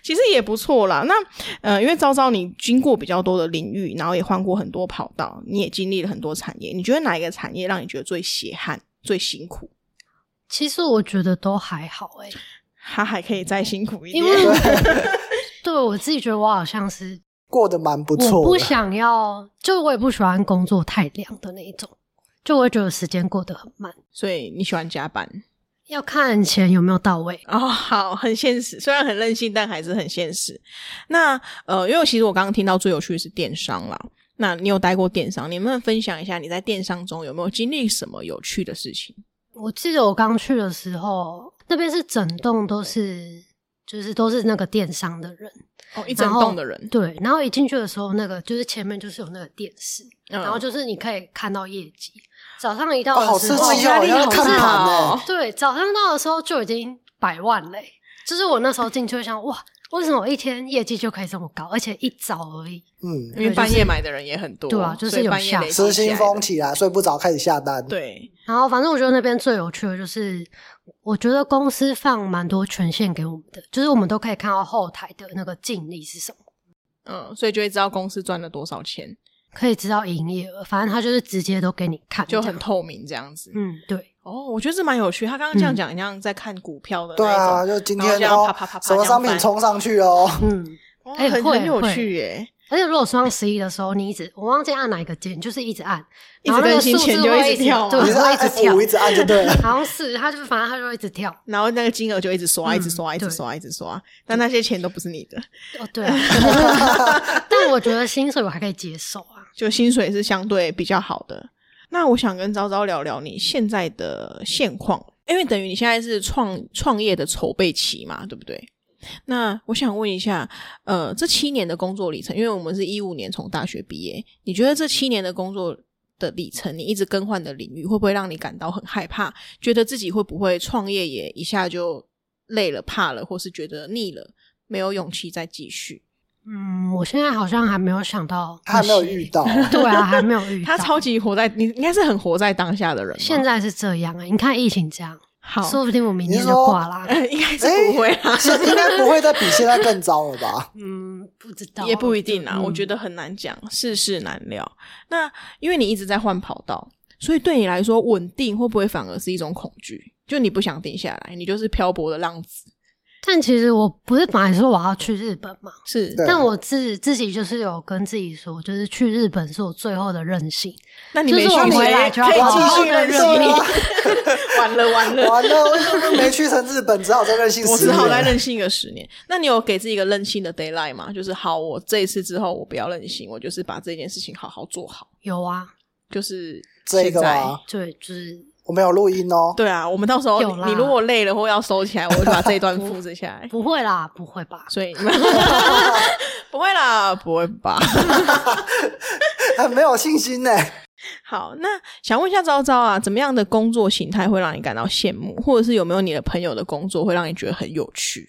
Speaker 1: 其实也不错啦。那呃，因为昭昭你经过比较多的领域，然后也换过很多跑道，你也经历了很多产业。你觉得哪一个产业让你觉得最血汗、最辛苦？
Speaker 3: 其实我觉得都还好诶、
Speaker 1: 他还可以再辛苦一点
Speaker 3: 因。为
Speaker 1: *laughs*
Speaker 3: 对我自己觉得我好像是
Speaker 2: 过得蛮不
Speaker 3: 我
Speaker 2: 错
Speaker 3: 不
Speaker 2: 的。
Speaker 3: 想要，就我也不喜欢工作太量的那一种，就我会觉得时间过得很慢，
Speaker 1: 所以你喜欢加班
Speaker 3: 要看钱有没有到位。
Speaker 1: 哦，好，很现实，虽然很任性，但还是很现实。那呃，因为其实我刚刚听到最有趣的是电商啦。那你有待过电商，你能不能分享一下你在电商中有没有经历什么有趣的事情？
Speaker 3: 我记得我刚去的时候，那边是整栋都是，就是都是那个电商的人，
Speaker 1: 哦，一整
Speaker 3: 然后
Speaker 1: 栋的人，
Speaker 3: 对。然后一进去的时候，那个就是前面就是有那个电视，
Speaker 1: 嗯
Speaker 3: 然后就是你可以看到业绩。早上一到
Speaker 2: 哦，好
Speaker 3: 的时
Speaker 2: 刺
Speaker 3: 候，
Speaker 2: 激
Speaker 1: 哇
Speaker 2: 哦！
Speaker 1: 压力
Speaker 2: 要
Speaker 1: 好
Speaker 2: 看
Speaker 1: 大
Speaker 2: 盘欸
Speaker 1: 哦
Speaker 2: 呢。
Speaker 3: 对，早上到的时候就已经百万嘞、就是我那时候进去会想，哇，为什么我一天业绩就可以这么高，而且一早而已？
Speaker 2: 嗯，
Speaker 1: 因为半夜买的人也很多，
Speaker 3: 对啊就是
Speaker 1: 所以
Speaker 3: 有
Speaker 1: 半夜
Speaker 3: 下
Speaker 1: 累积
Speaker 2: 失
Speaker 1: 起来
Speaker 2: 心
Speaker 1: 的
Speaker 2: 疯起来，睡不着，开始下单。
Speaker 1: 对，
Speaker 3: 然后，反正我觉得那边最有趣的就是，我觉得公司放蛮多权限给我们的，就是我们都可以看到后台的那个净利是什么，
Speaker 1: 嗯，所以就会知道公司赚了多少钱，
Speaker 3: 可以知道营业额。反正他就是直接都给你看，
Speaker 1: 就很
Speaker 3: 这样。
Speaker 1: 透明这样子。
Speaker 3: 嗯，对，
Speaker 1: 哦，我觉得这蛮有趣。他刚刚这样讲，很像在看股票的
Speaker 2: 对
Speaker 1: 那
Speaker 2: 啊，
Speaker 1: 一种，
Speaker 2: 就今
Speaker 1: 然后
Speaker 2: 天
Speaker 1: 这样
Speaker 2: 哦
Speaker 1: 啪啪啪啪
Speaker 2: 什么
Speaker 1: 这样
Speaker 2: 商品
Speaker 1: 翻
Speaker 2: 冲上去
Speaker 1: *laughs*
Speaker 2: 哦，
Speaker 3: 嗯。
Speaker 1: 哦
Speaker 3: 哎
Speaker 1: 很
Speaker 3: 会
Speaker 1: 很有
Speaker 3: 会
Speaker 1: 趣耶。
Speaker 3: 而且如果双十一的时候，你一直我忘记按哪一个键，就是一直按，
Speaker 1: 一直
Speaker 3: 然后那
Speaker 1: 更
Speaker 3: 个
Speaker 1: 新
Speaker 3: 数字
Speaker 1: 钱就
Speaker 3: 会
Speaker 1: 一直
Speaker 3: 一直
Speaker 1: 跳
Speaker 3: 对，
Speaker 1: 啊
Speaker 2: 你是
Speaker 3: 会
Speaker 2: 按
Speaker 3: 一直
Speaker 2: F 五一
Speaker 3: 跳，
Speaker 2: 直按就
Speaker 1: *laughs*
Speaker 2: 对了。
Speaker 3: 好像是他就是反正他就会一直跳。
Speaker 1: 然后那个金额就一直刷，一直刷，
Speaker 3: 嗯
Speaker 1: 一直
Speaker 3: 对
Speaker 1: 刷，一直刷，但那些钱都不是你的，
Speaker 3: 哦，对、
Speaker 2: *laughs*
Speaker 3: 啊，但我觉得薪水我还可以接受啊。
Speaker 1: 就薪水是相对比较好的。那我想跟昭昭聊聊你现在的现况，因为等于你现在是创创业的筹备期嘛，对不对？那我想问一下，呃，这七年的工作里程，因为我们是一五年从大学毕业，你觉得这七年的工作的里程，你一直更换的领域，会不会让你感到很害怕？觉得自己会不会创业也一下就累了、怕了，或是觉得腻了，没有勇气再继续？
Speaker 3: 嗯，我现在好像还没有想到那
Speaker 2: 他
Speaker 3: 些，
Speaker 2: 还没有遇
Speaker 1: *laughs*
Speaker 2: 到，
Speaker 3: *laughs* 对啊，还没有遇到。
Speaker 1: 他超级活在，你应该是很活在当下的人吗。
Speaker 3: 现在是这样啊、你看疫情这样，
Speaker 1: 好，
Speaker 3: 说不定我明
Speaker 2: 你
Speaker 3: 天
Speaker 2: 是
Speaker 3: 就
Speaker 2: 说
Speaker 3: 挂啊啦。
Speaker 1: *laughs* 应该是
Speaker 2: 哎
Speaker 1: 不会啊啦， *laughs*
Speaker 2: 是应该不会再比现在更糟了吧？
Speaker 3: 嗯，不知 *laughs* 道，
Speaker 1: 也不一定啦。
Speaker 3: 嗯
Speaker 1: 我觉得很难讲，世事难料。那因为你一直在换跑道，所以对你来说，稳定会不会反而是一种恐惧？就你不想定下来，你就是漂泊的浪子。
Speaker 3: 但其实我不是本来说我要去日本嘛，
Speaker 1: 是，
Speaker 2: 对
Speaker 3: 但我自自己就是有跟自己说，就是去日本是我最后的任性。
Speaker 1: 那你没
Speaker 3: 就是
Speaker 1: 去
Speaker 3: 我
Speaker 1: 可以
Speaker 3: 回来就要
Speaker 1: 可以
Speaker 3: 好
Speaker 1: 继
Speaker 3: 好
Speaker 1: 续
Speaker 3: 地
Speaker 1: 认识
Speaker 3: 认
Speaker 1: 你
Speaker 2: 识
Speaker 1: *laughs*
Speaker 2: 啊。
Speaker 1: 完了 *laughs* 完了，
Speaker 2: 完了，我又没去成日本，只好再任性
Speaker 1: 我只
Speaker 2: 十年。
Speaker 1: 好再任性个十年。那你有给自己一个任性的 d a y l i g h t 吗？就是好，我这一次之后我不要任性，我就是把这件事情好好做好。
Speaker 3: 有啊，
Speaker 1: 就是
Speaker 2: 这个
Speaker 1: 现在
Speaker 2: 吗？
Speaker 3: 对，就是
Speaker 2: 我没有录音哦。
Speaker 1: 对啊，我们到时候
Speaker 3: 有啦
Speaker 1: 你如果累了或要收起来，我会把这一段复制下
Speaker 3: *laughs*
Speaker 1: 来。
Speaker 3: 不会啦，不会吧？ *laughs*
Speaker 1: *laughs* 所以你们不会啦，不会吧？ *laughs*
Speaker 2: 很哎没有信心呢。
Speaker 1: 好，那想问一下昭昭啊，怎么样的工作形态会让你感到羡慕，或者是有没有你的朋友的工作会让你觉得很有趣？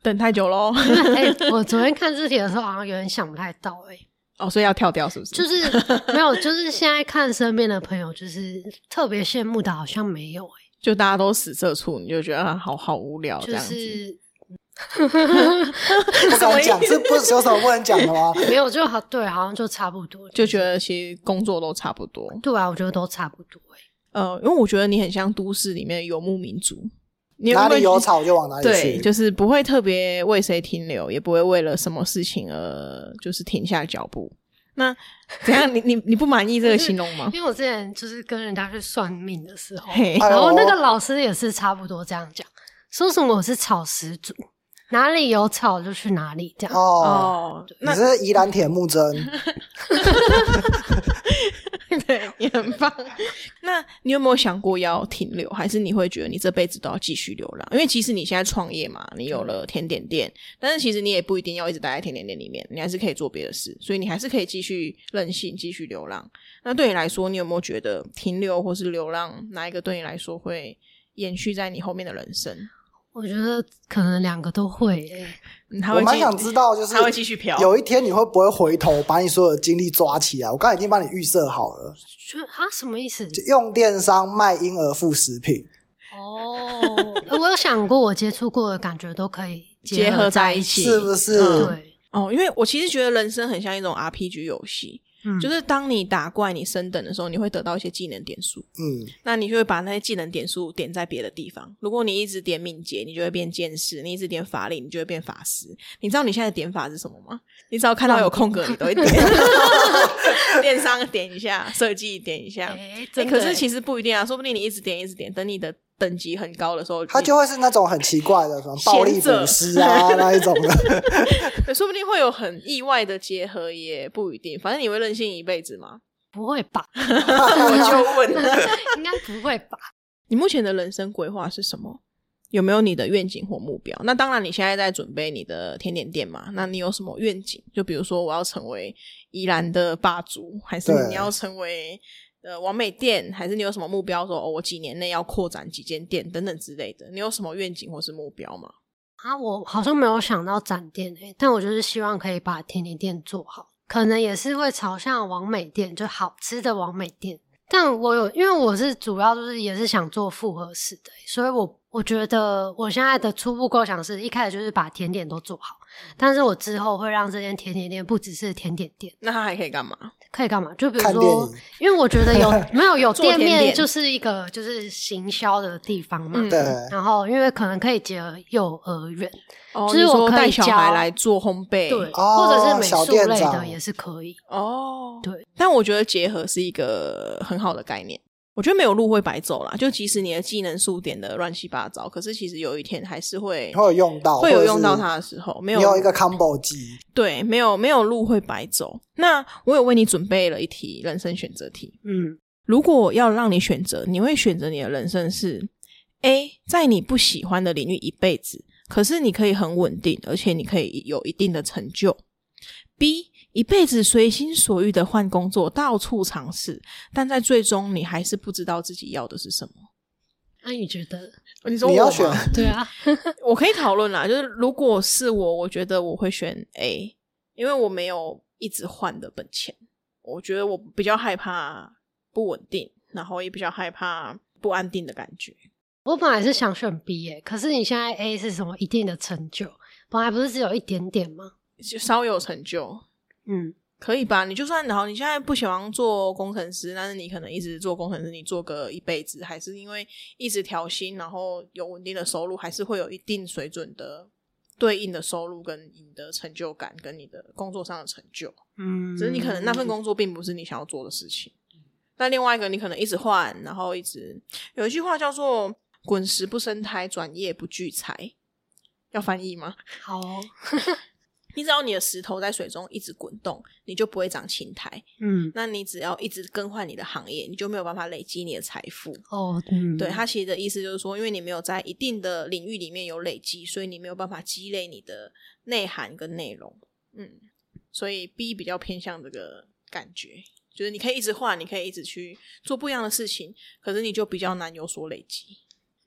Speaker 1: 等太久喽，
Speaker 3: 因为哎，我昨天看字体的时候好像有点想不太到哎、
Speaker 1: 哦，所以要跳掉是不是？
Speaker 3: 就是没有，就是现在看身边的朋友，就是特别羡慕的，好像没有哎、
Speaker 1: *laughs* 就大家都死社畜，你就觉得啊，好好无聊这
Speaker 3: 就
Speaker 1: 样子。
Speaker 3: 是
Speaker 2: 不敢讲，这不是有什么不能讲的吗？
Speaker 3: *laughs* 没有就好，对，好像就差不多。
Speaker 1: 就觉得其实工作都差不多。
Speaker 3: 对啊，我觉得都差不多、欸。
Speaker 1: 呃，因为我觉得你很像都市里面的游牧民族， *laughs* 你
Speaker 2: 哪
Speaker 1: 没
Speaker 2: 里有草就往哪里
Speaker 1: 对，
Speaker 2: 去，
Speaker 1: 就是不会特别为谁停留，也不会为了什么事情而就是停下脚步。
Speaker 2: *laughs*
Speaker 1: 那怎样？你你你不满意这个形容吗？
Speaker 3: 因为我之前就是跟人家去算命的时候，
Speaker 1: 嘿，哦
Speaker 2: 哎呦
Speaker 3: 然后那个老师也是差不多这样讲，说什么我是草食族，哪里有草就去哪里这
Speaker 2: 哦，
Speaker 3: 样。
Speaker 1: 哦，
Speaker 2: 你是宜兰铁木真，
Speaker 1: *laughs* 对，你很
Speaker 2: *laughs*
Speaker 1: 棒。那你有没有想过要停留，还是你会觉得你这辈子都要继续流浪？因为其实你现在创业嘛，你有了甜点店，但是其实你也不一定要一直待在甜点店里面，你还是可以做别的事，所以你还是可以继续任性，继续流浪。那对你来说，你有没有觉得停留或是流浪哪一个对你来说会延续在你后面的人生？
Speaker 3: 我觉得可能两个都会、欸，
Speaker 1: 嗯他
Speaker 2: 我
Speaker 1: 会
Speaker 2: 蛮
Speaker 1: 继
Speaker 2: 想知道，就是
Speaker 1: 他会继续飘，
Speaker 2: 有一天你会不会回头把你所有的精力抓起来？我刚才已经帮你预设好了，
Speaker 3: 就啊什么意思？
Speaker 2: 就用电商卖婴儿副食品，
Speaker 3: 哦，我有想过，我接触过的感觉都可以
Speaker 1: 结合
Speaker 3: 合
Speaker 1: 在一
Speaker 3: 一
Speaker 1: 起，
Speaker 2: 是不是
Speaker 1: 嗯
Speaker 3: 对，
Speaker 1: 哦，因为我其实觉得人生很像一种 RPG 游戏，
Speaker 3: 嗯，
Speaker 1: 就是当你打怪你升等的时候，你会得到一些技能点数，
Speaker 2: 嗯，
Speaker 1: 那你就会把那些技能点数点在别的地方。如果你一直点敏捷，你就会变剑士；你一直点法力，你就会变法师。你知道你现在的点法是什么吗？你只要看到有空格，你都会
Speaker 3: *laughs*
Speaker 1: 点，电商点一下，设计点一下。
Speaker 3: 哎、
Speaker 1: 欸
Speaker 3: 真的
Speaker 1: 可
Speaker 3: 欸
Speaker 1: 是其实不一定啊，说不定你一直点一直点，等你的等级很高的时候，
Speaker 2: 它
Speaker 1: 你
Speaker 3: 啊
Speaker 2: 就会是那种很奇怪的什么暴力
Speaker 1: 贤者
Speaker 2: 捕食啊 *laughs* 那一种
Speaker 1: *laughs*
Speaker 2: 的，
Speaker 1: 对说不定会有很意外的结合，也不一定。反正你会任性一辈子
Speaker 3: *laughs*
Speaker 1: 嘛。
Speaker 3: 不会吧？
Speaker 1: 我就问，
Speaker 3: 应该不会吧？
Speaker 1: 你目前的人生规划是什么？有没有你的愿景或目标？那当然，你现在在准备你的甜点店嘛。那你有什么愿景？就比如说，我要成为宜兰的霸主，还是
Speaker 2: 对
Speaker 1: 你要成为呃完美店，还是你有什么目标说哦，我几年内要扩展几间店等等之类的？你有什么愿景或是目标吗？
Speaker 3: 啊，我好像没有想到展店诶、但我就是希望可以把甜点店做好，可能也是会朝向完美店，就好吃的完美店。但我有，因为我是主要就是也是想做复合式的欸、所以我我觉得我现在的初步构想是一开始就是把甜点都做好，但是我之后会让这间甜点店不只是甜点店，
Speaker 1: 那它还可以干嘛？
Speaker 3: 可以干嘛？就比如
Speaker 2: 看电
Speaker 3: 说
Speaker 2: 影，
Speaker 3: 因为我
Speaker 2: *laughs*
Speaker 3: 觉得有没有有
Speaker 1: 做甜
Speaker 3: 店
Speaker 1: 点
Speaker 3: 面就是一个就是行销的地方嘛，
Speaker 1: 嗯
Speaker 2: 对，
Speaker 3: 然后因为可能可以结合幼儿园。
Speaker 1: 哦，
Speaker 3: 就是
Speaker 1: 你说
Speaker 3: 我可以
Speaker 1: 带小孩
Speaker 3: 教
Speaker 1: 来做烘焙，
Speaker 3: 对，
Speaker 2: 哦
Speaker 3: 或者是美
Speaker 2: 小
Speaker 3: 术
Speaker 2: 店
Speaker 3: 类的
Speaker 2: 长
Speaker 3: 也是可以。
Speaker 1: 哦，
Speaker 3: 对。
Speaker 1: 但我觉得结合是一个很好的概念。我觉得没有路会白走啦，就即使你的技能数点的乱七八糟，可是其实有一天还是会
Speaker 2: 会有用到，
Speaker 1: 会有用到
Speaker 2: 或者是
Speaker 1: 它的时候，没
Speaker 2: 你
Speaker 1: 有
Speaker 2: 有一个 combo 机，
Speaker 1: 对，没有没有路会白走。那我有为你准备了一题人生选择题，
Speaker 3: 嗯，
Speaker 1: 如果要让你选择，你会选择你的人生是 A，在你不喜欢的领域一辈子，可是你可以很稳定，而且你可以有一定的成就；B，一辈子随心所欲的换工作，到处尝试，但在最终你还是不知道自己要的是什么。
Speaker 3: 那你觉得？
Speaker 1: 你说
Speaker 2: 你
Speaker 1: 我
Speaker 2: 要
Speaker 1: 吗
Speaker 2: 选，
Speaker 3: 对啊，
Speaker 1: 我可以讨论啦，就是如果是我，我觉得我会选 A，因为我没有一直换的本钱，我觉得我比较害怕不稳定，然后也比较害怕不安定的感觉。
Speaker 3: *laughs* 我本来是想选 B 耶、可是你现在 A 是什么一定的成就？本来不是只有一点点吗？
Speaker 1: 就稍有成就，
Speaker 3: 嗯，
Speaker 1: 可以吧？你就算然后你现在不喜欢做工程师，但是你可能一直做工程师，你做个一辈子，还是因为一直调薪，然后有稳定的收入，还是会有一定水准的对应的收入跟你的成就感跟你的工作上的成就。
Speaker 3: 嗯，
Speaker 1: 只是你可能那份工作并不是你想要做的事情。那另外一个，你可能一直换，然后一直有一句话叫做“滚石不生苔，转业不聚财”，要翻译吗？
Speaker 3: 好哦、
Speaker 1: 你只要你的石头在水中一直滚动，你就不会长青苔。
Speaker 3: 嗯，
Speaker 1: 那你只要一直更换你的行业，你就没有办法累积你的财富。
Speaker 3: 哦，嗯，
Speaker 1: 对，他其实的意思就是说，因为你没有在一定的领域里面有累积，所以你没有办法积累你的内涵跟内容。嗯，所以 B 比较偏向这个感觉，就是你可以一直换，你可以一直去做不一样的事情，可是你就比较难有所累积。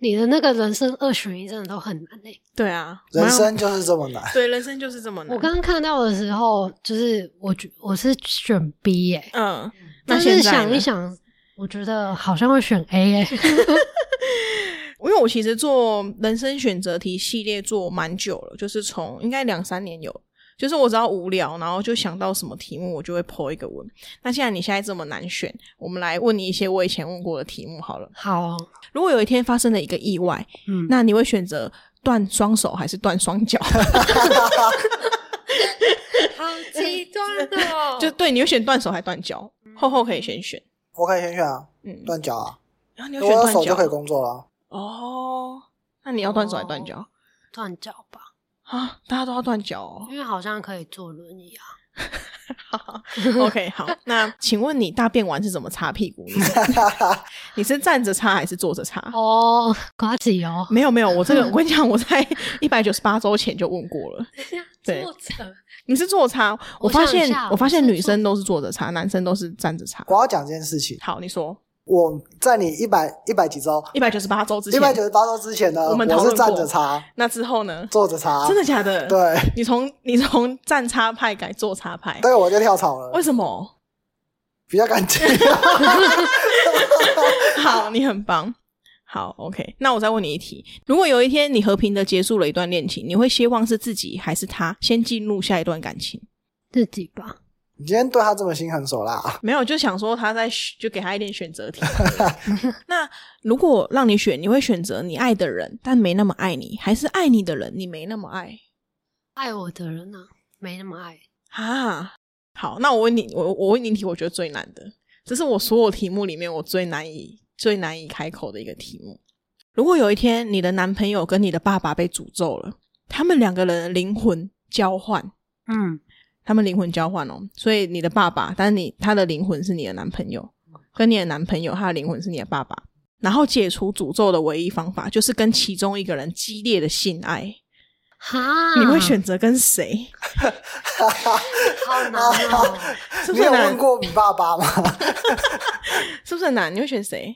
Speaker 3: 你的那个人生二选一真的都很难诶、
Speaker 1: 对啊，
Speaker 2: 人生就是这么难。
Speaker 1: 对人生就是这么难。
Speaker 3: 我刚刚看到的时候，就是我觉我是选 B 耶、
Speaker 1: 嗯，那
Speaker 3: 但
Speaker 1: 现
Speaker 3: 是
Speaker 1: 在
Speaker 3: 想
Speaker 1: 呢
Speaker 3: 一想，我觉得好像会选 A 耶、
Speaker 1: 因为我其实做人生选择题系列做蛮久了，就是从应该两三年有，就是我只要无聊，然后就想到什么题目，我就会剖一个问。那既然你现在这么难选，我们来问你一些我以前问过的题目好了。
Speaker 3: *laughs* 好哦，
Speaker 1: 如果有一天发生了一个意外，
Speaker 3: 嗯，
Speaker 1: 那你会选择断双手还是断双脚？ *laughs*
Speaker 3: 好极端哦
Speaker 1: *laughs* 就对，你会选断手还是断脚？厚厚可以先选，
Speaker 2: 我可以先选啊，
Speaker 1: 嗯，
Speaker 2: 断脚啊，
Speaker 1: 然后你
Speaker 2: 如
Speaker 1: 会
Speaker 2: 果
Speaker 1: 选断
Speaker 2: 有手就可以
Speaker 1: 脚
Speaker 2: 工作了啊。
Speaker 1: 哦。那你要断手还是断脚
Speaker 3: 断脚吧，
Speaker 1: 啊？大家都要断脚哦。
Speaker 3: 因为好像可以坐轮椅啊。
Speaker 1: *laughs* OK，好，那请问你大便完是怎么擦屁股？你是你是站着擦还是坐着擦？
Speaker 3: 哦，瓜子哦，
Speaker 1: *laughs* 没有没有，我这个我跟你讲，我在一百九十八周前就问过了。对
Speaker 3: 坐着
Speaker 1: 你是坐着擦，我
Speaker 3: 我想
Speaker 1: 发
Speaker 3: 一
Speaker 1: 现
Speaker 3: 下
Speaker 1: 我发现
Speaker 3: 我是
Speaker 1: 女生都是坐着擦，男生都是站着擦。
Speaker 2: 我要讲这件事情，
Speaker 1: 好，你说
Speaker 2: 我在你一百一百几周，
Speaker 1: 一百九十八周之
Speaker 2: 一
Speaker 1: 前，
Speaker 2: 百九十八周之前呢，
Speaker 1: 我
Speaker 2: 我
Speaker 1: 们讨论
Speaker 2: 是站
Speaker 1: 过
Speaker 2: 着擦，
Speaker 1: 那之后呢？
Speaker 2: 坐着擦，
Speaker 1: 真的假的？，
Speaker 2: 啊对，
Speaker 1: 你从你从站擦派改坐擦派，
Speaker 2: 对我就跳槽了
Speaker 1: 为，什么？
Speaker 2: 比较干净。 *laughs*
Speaker 1: *laughs* 好，你很棒。好，OK，那我再问你一题：如果有一天你和平的结束了一段恋情，你会希望是自己还是他先进入下一段感情？
Speaker 3: 自己吧。
Speaker 2: 你今天对他这么心狠手辣，啊
Speaker 1: 没有，就想说他在选就给他一点选择题。那如果让你选，你会选择你爱的人，但没那么爱你，还是爱你的人，你没那么爱？
Speaker 3: 爱我的人呢、没那么爱。
Speaker 1: 啊，好，那我问你，我我问你一题，我觉得最难的，这是我所有题目里面我最难以最难以开口的一个题目。如果有一天你的男朋友跟你的爸爸被诅咒了，他们两个人的灵魂交换，
Speaker 3: 嗯，
Speaker 1: 他们灵魂交换哦，所以你的爸爸，但是你他的灵魂是你的男朋友，跟你的男朋友他的灵魂是你的爸爸。然后解除诅咒的唯一方法就是跟其中一个人激烈的性爱，
Speaker 3: 哈，
Speaker 2: 嗯
Speaker 1: 你会选择跟谁？
Speaker 3: 好难哦。
Speaker 1: 是不
Speaker 2: 你
Speaker 1: 是
Speaker 2: 有
Speaker 1: 很
Speaker 2: 问
Speaker 1: 难？
Speaker 2: 过你爸爸吗？
Speaker 3: *laughs*
Speaker 1: 是不是很难？你会选谁？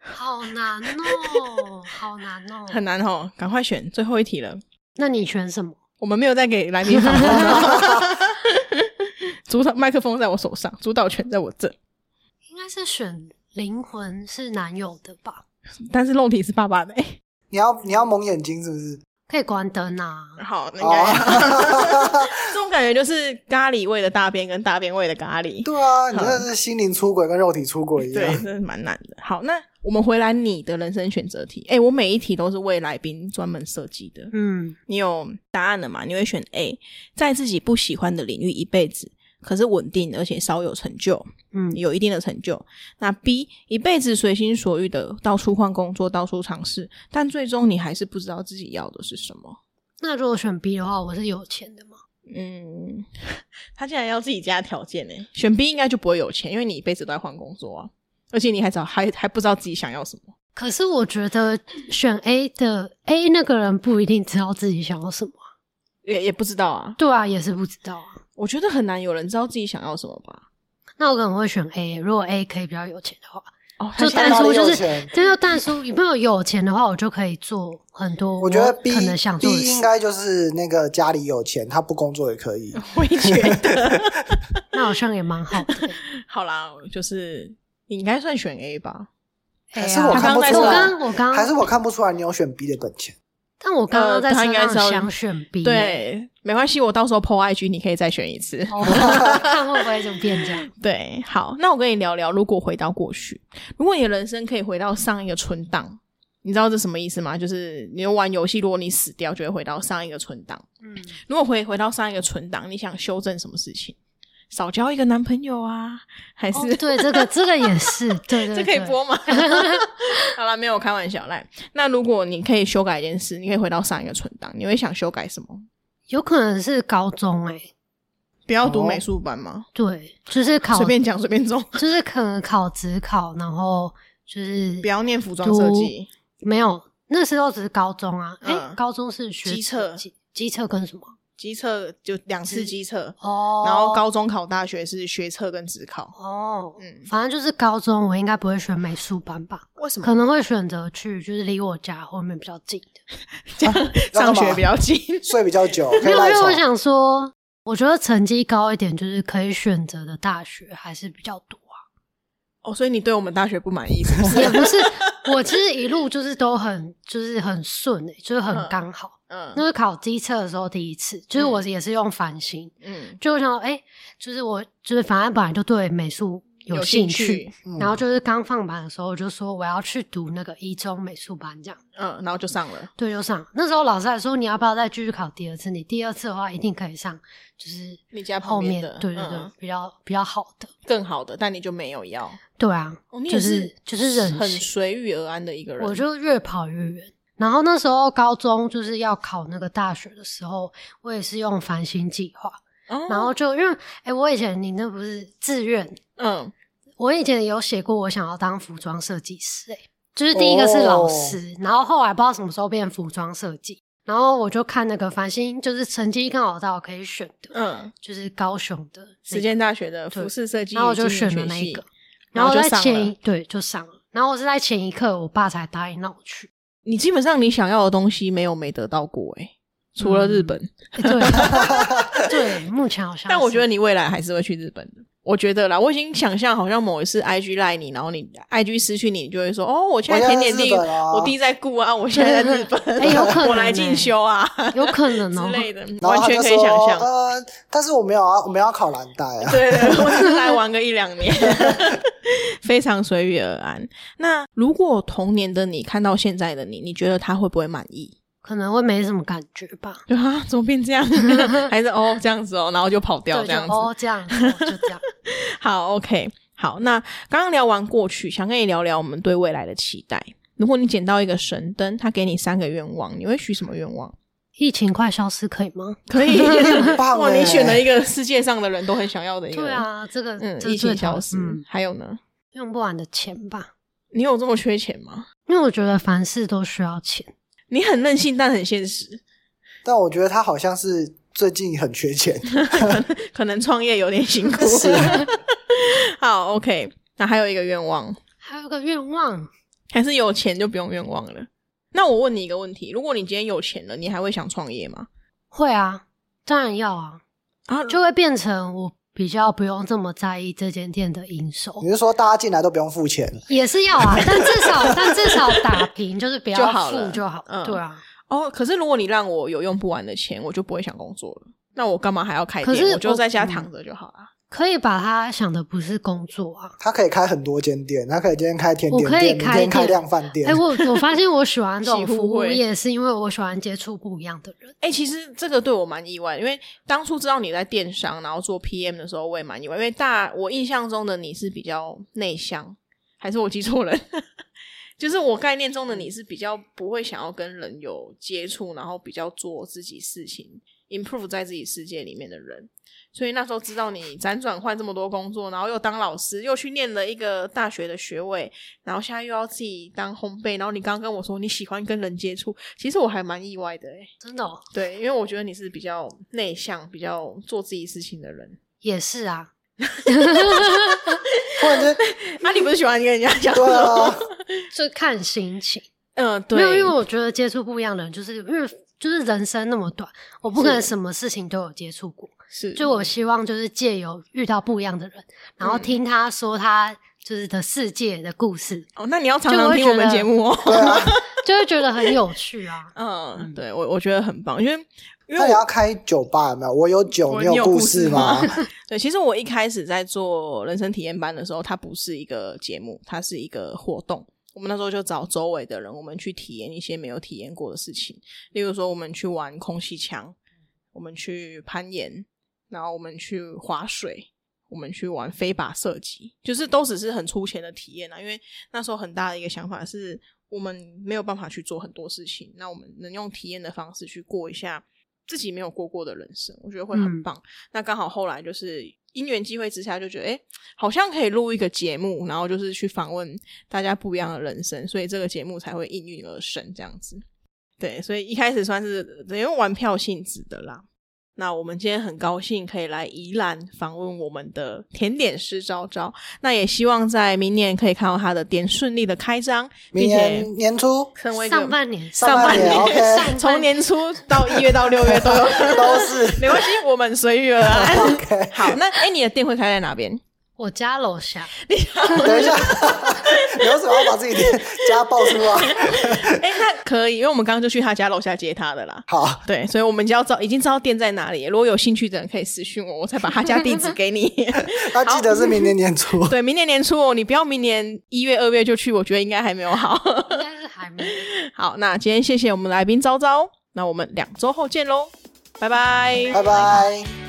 Speaker 3: 好难哦，好难哦。
Speaker 1: 很难哦，赶快选最后一题了。
Speaker 3: 那你选什么？
Speaker 1: 我们没有再给来宾访问 *laughs* 了，主导麦克风在我手上，主导权在我这，
Speaker 3: 应该是选灵魂是男友的吧？
Speaker 1: 但是肉体是爸爸的。欸
Speaker 2: 你要你要蒙眼睛是不是？
Speaker 3: 可以关灯啊。
Speaker 1: 好， *laughs* 那应该、
Speaker 2: 哦，
Speaker 1: *laughs* 这种感觉就是咖喱味的大便跟大便味的咖喱，
Speaker 2: 对
Speaker 3: 嗯
Speaker 2: 啊，你这是心灵出轨跟肉体出轨一
Speaker 1: 对，啊
Speaker 2: 样。
Speaker 1: 真的蛮难的。好，那我们回来你的人生选择题，哎、我每一题都是为来宾专门设计的。
Speaker 3: 嗯，
Speaker 1: 你有答案了嘛？你会选 A，在自己不喜欢的领域一辈子，可是稳定而且稍有成就。
Speaker 3: 嗯
Speaker 1: 有一定的成就。那 B 一辈子随心所欲的到处换工作，到处尝试，但最终你还是不知道自己要的是什么。
Speaker 3: 那如果选 B 的话，我是有钱的嘛？
Speaker 1: 嗯， *laughs* 他竟然要自己加条件呢、选 B 应该就不会有钱，因为你一辈子都在换工作啊，而且你还找还还不知道自己想要什么。
Speaker 3: 可是我觉得选 A 的 A 那个人不一定知道自己想要什么啊，
Speaker 1: 也也不知道啊，
Speaker 3: 对啊，也是不知道啊。
Speaker 1: 我觉得很难有人知道自己想要什么吧。
Speaker 3: 那我可能会选 A，如果 A 可以比较有钱的话，
Speaker 1: 哦，他
Speaker 3: 就
Speaker 1: 现在
Speaker 3: 淡
Speaker 2: 哪
Speaker 3: 出
Speaker 2: 里有
Speaker 3: 就是
Speaker 2: 钱
Speaker 3: 这就淡出。有没有有钱的话，我就可以做很多
Speaker 2: 我觉得 B
Speaker 3: 可能想做的
Speaker 2: B 应
Speaker 3: 事。
Speaker 2: 该就是那个家里有钱，他不工作也可以。
Speaker 1: *laughs*
Speaker 3: 嗯
Speaker 1: 我也觉 *laughs* 得，
Speaker 3: 那好像也蛮好的。
Speaker 1: 好啦，就是你应该算选 A 吧。
Speaker 3: 哎
Speaker 2: 还是
Speaker 3: 呀
Speaker 2: 我
Speaker 1: 他
Speaker 2: 看不
Speaker 1: 刚
Speaker 2: 出
Speaker 1: 在
Speaker 2: 来
Speaker 3: 说，我刚我刚
Speaker 2: 还是我看不出来你有选 B 的本钱。
Speaker 3: 但我刚刚在
Speaker 1: 呃他应
Speaker 3: 车
Speaker 1: 该
Speaker 3: 上
Speaker 1: 是要
Speaker 3: 想选
Speaker 1: 嗯 *laughs*
Speaker 3: B，，欸
Speaker 1: 对，没关系，我到时候 PO IG，你可以再选一次。
Speaker 3: 哦看会不会就变这样。
Speaker 1: 对，好，那我跟你聊聊，如果回到过去，如果你的人生可以回到上一个存档，你知道这什么意思吗？就是你玩游戏，如果你死掉，就会回到上一个存档。
Speaker 3: 嗯，
Speaker 1: 如果回回到上一个存档，你想修正什么事情？少交一个男朋友啊，还 *laughs* *laughs* 是、
Speaker 3: 哦，对，这个这个也是，对对，
Speaker 1: *laughs* 这可以
Speaker 3: 对
Speaker 1: 播吗？好啦，没有我开玩笑。来，那如果你可以修改一件事，你可以回到上一个存档，你会想修改什么？
Speaker 3: 有可能是高中哎、
Speaker 1: 不要读
Speaker 2: 哦
Speaker 1: 美术班吗？
Speaker 3: 对，就是考
Speaker 1: 随，便讲随便中， *laughs*
Speaker 3: 就是可能考职考，然后就是
Speaker 1: 不要念服装设计。
Speaker 3: 没有，那时候只是高中啊，哎、
Speaker 1: 嗯
Speaker 3: 高中是学
Speaker 1: 机测
Speaker 3: 机机测跟什么？
Speaker 1: 机测就两次机测，
Speaker 3: 哦，
Speaker 1: 然后高中考大学是学测跟职考。
Speaker 3: 哦，
Speaker 1: 嗯
Speaker 3: 反正就是高中，我应该不会选美术班吧，
Speaker 1: 为什
Speaker 3: 可？能会选择去就是离我家后面比较近的。
Speaker 1: 这样上学比较近？
Speaker 2: 睡比较久，可
Speaker 3: *laughs* 没
Speaker 2: 以
Speaker 3: 有，
Speaker 2: 赖
Speaker 3: 因为我
Speaker 2: 床。
Speaker 3: 想说，我觉得成绩高一点，就是可以选择的大学还是比较多啊。
Speaker 1: *laughs* 哦，所以你对我们大学不满意是不是？
Speaker 3: 也不是，我其实一路就是都很就是很顺诶、就是很刚好。那
Speaker 1: *laughs* 嗯
Speaker 3: 是考机测的时候第一次，就是我也是用繁星，
Speaker 1: 嗯，
Speaker 3: 就我想说，哎、就是我就是反正本来就对美术有兴趣，
Speaker 1: 趣，
Speaker 2: 嗯
Speaker 3: 然后就是刚放榜的时候，我就说我要去读那个一中美术班，这样
Speaker 1: 嗯，然后就上了。
Speaker 3: 对就上。那时候老师还说你要不要再继续考第二次？你第二次的话一定可以上，就是
Speaker 1: 你家旁
Speaker 3: 后
Speaker 1: 边
Speaker 3: 面
Speaker 1: 的
Speaker 3: 对对对、
Speaker 1: 嗯
Speaker 3: 比较比较好的，
Speaker 1: 更好的，但你就没有要，
Speaker 3: 对啊，
Speaker 1: 哦、你也
Speaker 3: 就是就是忍
Speaker 1: 很
Speaker 3: 性
Speaker 1: 随遇而安的一个人。
Speaker 3: 我就越跑越远。然后那时候高中就是要考那个大学的时候，我也是用繁星计划，
Speaker 1: 哦，
Speaker 3: 然后就因为哎、诶我以前你那不是志愿，
Speaker 1: 嗯，
Speaker 3: 我以前有写过我想要当服装设计师、诶就是第一个是
Speaker 1: 哦
Speaker 3: 老师，然后后来不知道什么时候变服装设计，然后我就看那个繁星，就是成绩刚好到可以选的，
Speaker 1: 嗯，
Speaker 3: 就是高雄的那个
Speaker 1: 实践大学的
Speaker 3: 对
Speaker 1: 服饰设计，
Speaker 3: 然后我就选了那一个，，
Speaker 1: 然
Speaker 3: 然
Speaker 1: 后
Speaker 3: 后
Speaker 1: 就
Speaker 3: 在
Speaker 1: 上
Speaker 3: 前
Speaker 1: 了
Speaker 3: 一对就上了，然后我是在前一刻我爸才答应让我
Speaker 1: *laughs*
Speaker 3: 去，
Speaker 1: 你基本上你想要的东西没有没得到过、欸，除了日本，
Speaker 3: 欸对对，目前好像是。
Speaker 1: 但我觉得你未来还是会去日本的。我觉得啦，我已经想象好像某一次 IG 赖你，然后你 IG 失去你，你就会说：“哦，我现在
Speaker 2: 我现
Speaker 1: 甜
Speaker 2: 在
Speaker 1: 点
Speaker 2: 在
Speaker 1: 地，
Speaker 2: 日本啊
Speaker 1: 我弟在顾啊，我现在在日本，
Speaker 3: *laughs* 哎有可能
Speaker 1: *laughs* 我来进修啊
Speaker 3: 有可能哦
Speaker 1: 之、类的，
Speaker 2: 然后
Speaker 1: 完
Speaker 2: 他
Speaker 1: 全
Speaker 2: 就
Speaker 1: 可以
Speaker 2: 说
Speaker 1: 想象。
Speaker 2: *laughs* 呃，但是我没有啊，我们要考蓝带啊。
Speaker 1: 对，我只是来玩个一两年， *laughs* 非常随遇而安。那如果童年的你看到现在的你，你觉得他会不会满意？ *laughs*
Speaker 3: 可能会没什么感觉吧。
Speaker 1: 就啊，怎么变
Speaker 3: *laughs*
Speaker 1: 这样？还是哦这样子哦，然后就跑掉
Speaker 3: 对，
Speaker 1: 这
Speaker 3: 就
Speaker 1: 样子。
Speaker 3: 哦这样子，哦就这样。
Speaker 1: 好，OK，好。那刚刚聊完过去，想跟你聊聊我们对未来的期待。如果你捡到一个神灯，他给你三个愿望，你会许什么愿望？
Speaker 3: 疫情快消失可以吗？
Speaker 1: 可
Speaker 2: *laughs*
Speaker 1: 以，
Speaker 2: 很棒
Speaker 1: 哇！
Speaker 2: 欸
Speaker 1: 你选了一个世界上的人都很想要的一个，
Speaker 3: 对，啊，这个
Speaker 1: 嗯，
Speaker 3: 这
Speaker 1: 疫情
Speaker 3: 最
Speaker 1: 消失，
Speaker 3: 嗯
Speaker 1: 还有呢？
Speaker 3: 用不完的钱吧，
Speaker 1: 你有这么缺钱吗？
Speaker 3: 因为我觉得凡事都需要钱。
Speaker 1: 你很任性，但很现实。
Speaker 2: 但我觉得他好像是最近很缺
Speaker 3: *laughs*
Speaker 2: 钱，
Speaker 1: 可能创业有点辛苦。
Speaker 2: *laughs* 是
Speaker 1: *laughs* 好，OK。那还有一个愿望，
Speaker 3: 还有一个愿望，
Speaker 1: 还是有钱就不用愿望了。那我问你一个问题：如果你今天有钱了，你还会想创业吗？
Speaker 3: 会啊，当然要啊，
Speaker 1: 啊，
Speaker 3: 就会变成我比较不用这么在意这间店的营收
Speaker 1: 嗯
Speaker 2: 你，是说大家进来都不用付钱？
Speaker 3: 也是要啊，但
Speaker 1: *laughs*
Speaker 3: 至少但至少打平，就是不要
Speaker 1: 就好了
Speaker 3: 付就好。
Speaker 1: 嗯
Speaker 3: 对啊，
Speaker 1: 哦，可是如果你让我有用不完的钱，我就不会想工作了。那我干嘛还要开
Speaker 3: 可
Speaker 1: 店？
Speaker 3: 是
Speaker 1: 我就
Speaker 3: 我
Speaker 1: 在家躺着就好了。
Speaker 3: 可以把它想的不是工作啊，
Speaker 2: 他可以开很多间店，他可以今天开甜点
Speaker 3: 我可以
Speaker 2: 店，明天
Speaker 3: 开
Speaker 2: 开
Speaker 3: 店
Speaker 2: 量饭店。
Speaker 3: 哎、我我发现我喜欢
Speaker 1: *laughs*
Speaker 3: 这种
Speaker 1: 喜互
Speaker 3: 服务
Speaker 1: 惠
Speaker 3: 业，是因为我喜欢接触不一样的人。
Speaker 1: 哎、其实这个对我蛮意外的，因为当初知道你在电商，然后做 PM 的时候，我也蛮意外，因为大我印象中的你是比较内向，还是我记错人？ *laughs* 就是我概念中的你是比较不会想要跟人有接触，然后比较做自己事情，improve 在自己世界里面的人。所以那时候知道你辗转换这么多工作，然后又当老师，又去念了一个大学的学位，然后现在又要自己当烘焙，然后你刚刚跟我说你喜欢跟人接触，其实我还蛮意外的诶、欸
Speaker 3: 真的、哦、
Speaker 1: 对，因为我觉得你是比较内向、比较做自己事情的
Speaker 2: *laughs*
Speaker 1: 人。
Speaker 3: 也是啊，
Speaker 2: 突然间，
Speaker 1: 啊，你不是喜欢跟人家讲
Speaker 2: 对
Speaker 1: 说？
Speaker 2: 啊，
Speaker 3: 就看心情。
Speaker 1: 嗯，对，
Speaker 3: 没有，因为我觉得接触不一样的人，就是因为就是人生那么短，我不可能
Speaker 1: 是
Speaker 3: 什么事情都有接触过。
Speaker 1: 是
Speaker 3: 就我希望就是借由遇到不一样的人，然
Speaker 1: 嗯
Speaker 3: 后听他说他就是的世界的故事，
Speaker 1: 哦，那你要常
Speaker 3: 就
Speaker 1: 常
Speaker 3: 会
Speaker 1: 听
Speaker 3: 觉
Speaker 1: 我们
Speaker 3: 得
Speaker 1: 节目 *laughs* 哦。。
Speaker 2: 对啊。
Speaker 3: 就会觉得很有趣啊
Speaker 1: *laughs* 嗯，对我我觉得很棒，因为因
Speaker 2: 那
Speaker 1: 为
Speaker 2: 你
Speaker 1: 我
Speaker 2: 要开酒吧有没有？我有酒，
Speaker 1: 我
Speaker 2: 你
Speaker 1: 你有
Speaker 2: 有
Speaker 1: 故
Speaker 2: 故
Speaker 1: 事
Speaker 2: 事吗？
Speaker 1: 对，其实我一开始在做人生体验班的时候，它不是一个节目，它是一个活动。我们那时候就找周围的人，我们去体验一些没有体验过的事情，例如说我们去玩空气枪，我们去攀岩，然后我们去划水，我们去玩飞靶射击，就是都只是很粗浅的体验啊。因为那时候很大的一个想法是我们没有办法去做很多事情，那我们能用体验的方式去过一下自己没有过过的人生，我觉得会很
Speaker 3: 嗯
Speaker 1: 棒。那刚好后来就是因缘机会之下，就觉得哎、诶好像可以录一个节目，然后就是去访问大家不一样的人生，所以这个节目才会应运而生这样子。对，所以一开始算是等于玩票性质的啦。那我们今天很高兴可以来宜兰访问我们的甜点师昭昭，那也希望在明年可以看到他的店顺利的开张，
Speaker 2: *laughs* 明
Speaker 1: 并且
Speaker 2: 年
Speaker 1: *laughs*
Speaker 2: 年初
Speaker 1: 成为一个
Speaker 3: 上半年，
Speaker 2: 上半
Speaker 1: 年 *laughs*
Speaker 2: 年 OK
Speaker 3: 上半
Speaker 1: 从年初到一月到六月都有，
Speaker 2: *laughs* 都是
Speaker 1: *laughs*
Speaker 2: *laughs*
Speaker 1: 没关系，我们随遇而安。
Speaker 2: OK。 *laughs*
Speaker 1: 好，那哎、诶你的店会开在哪边？
Speaker 3: 我家楼下，
Speaker 2: 等一下， *laughs* 你为什么要把自己的家爆出来？ *laughs*
Speaker 1: 哎、那可以，因为我们刚刚就去他家楼下接他的啦。
Speaker 2: 好，
Speaker 1: 对，所以我们就要知道已经知道店在哪里。如果有兴趣的人可以私讯我，我再把他家地址给你。
Speaker 2: 那记得是明年年
Speaker 1: *laughs*
Speaker 2: 初。
Speaker 1: 对，明年年初哦，你不要明年一月、二月就去，我觉得应该还没有好。 *laughs*
Speaker 3: 应该是还没。
Speaker 1: 好，那今天谢谢我们来宾昭昭，那我们两周后见喽，拜拜。
Speaker 2: 拜拜。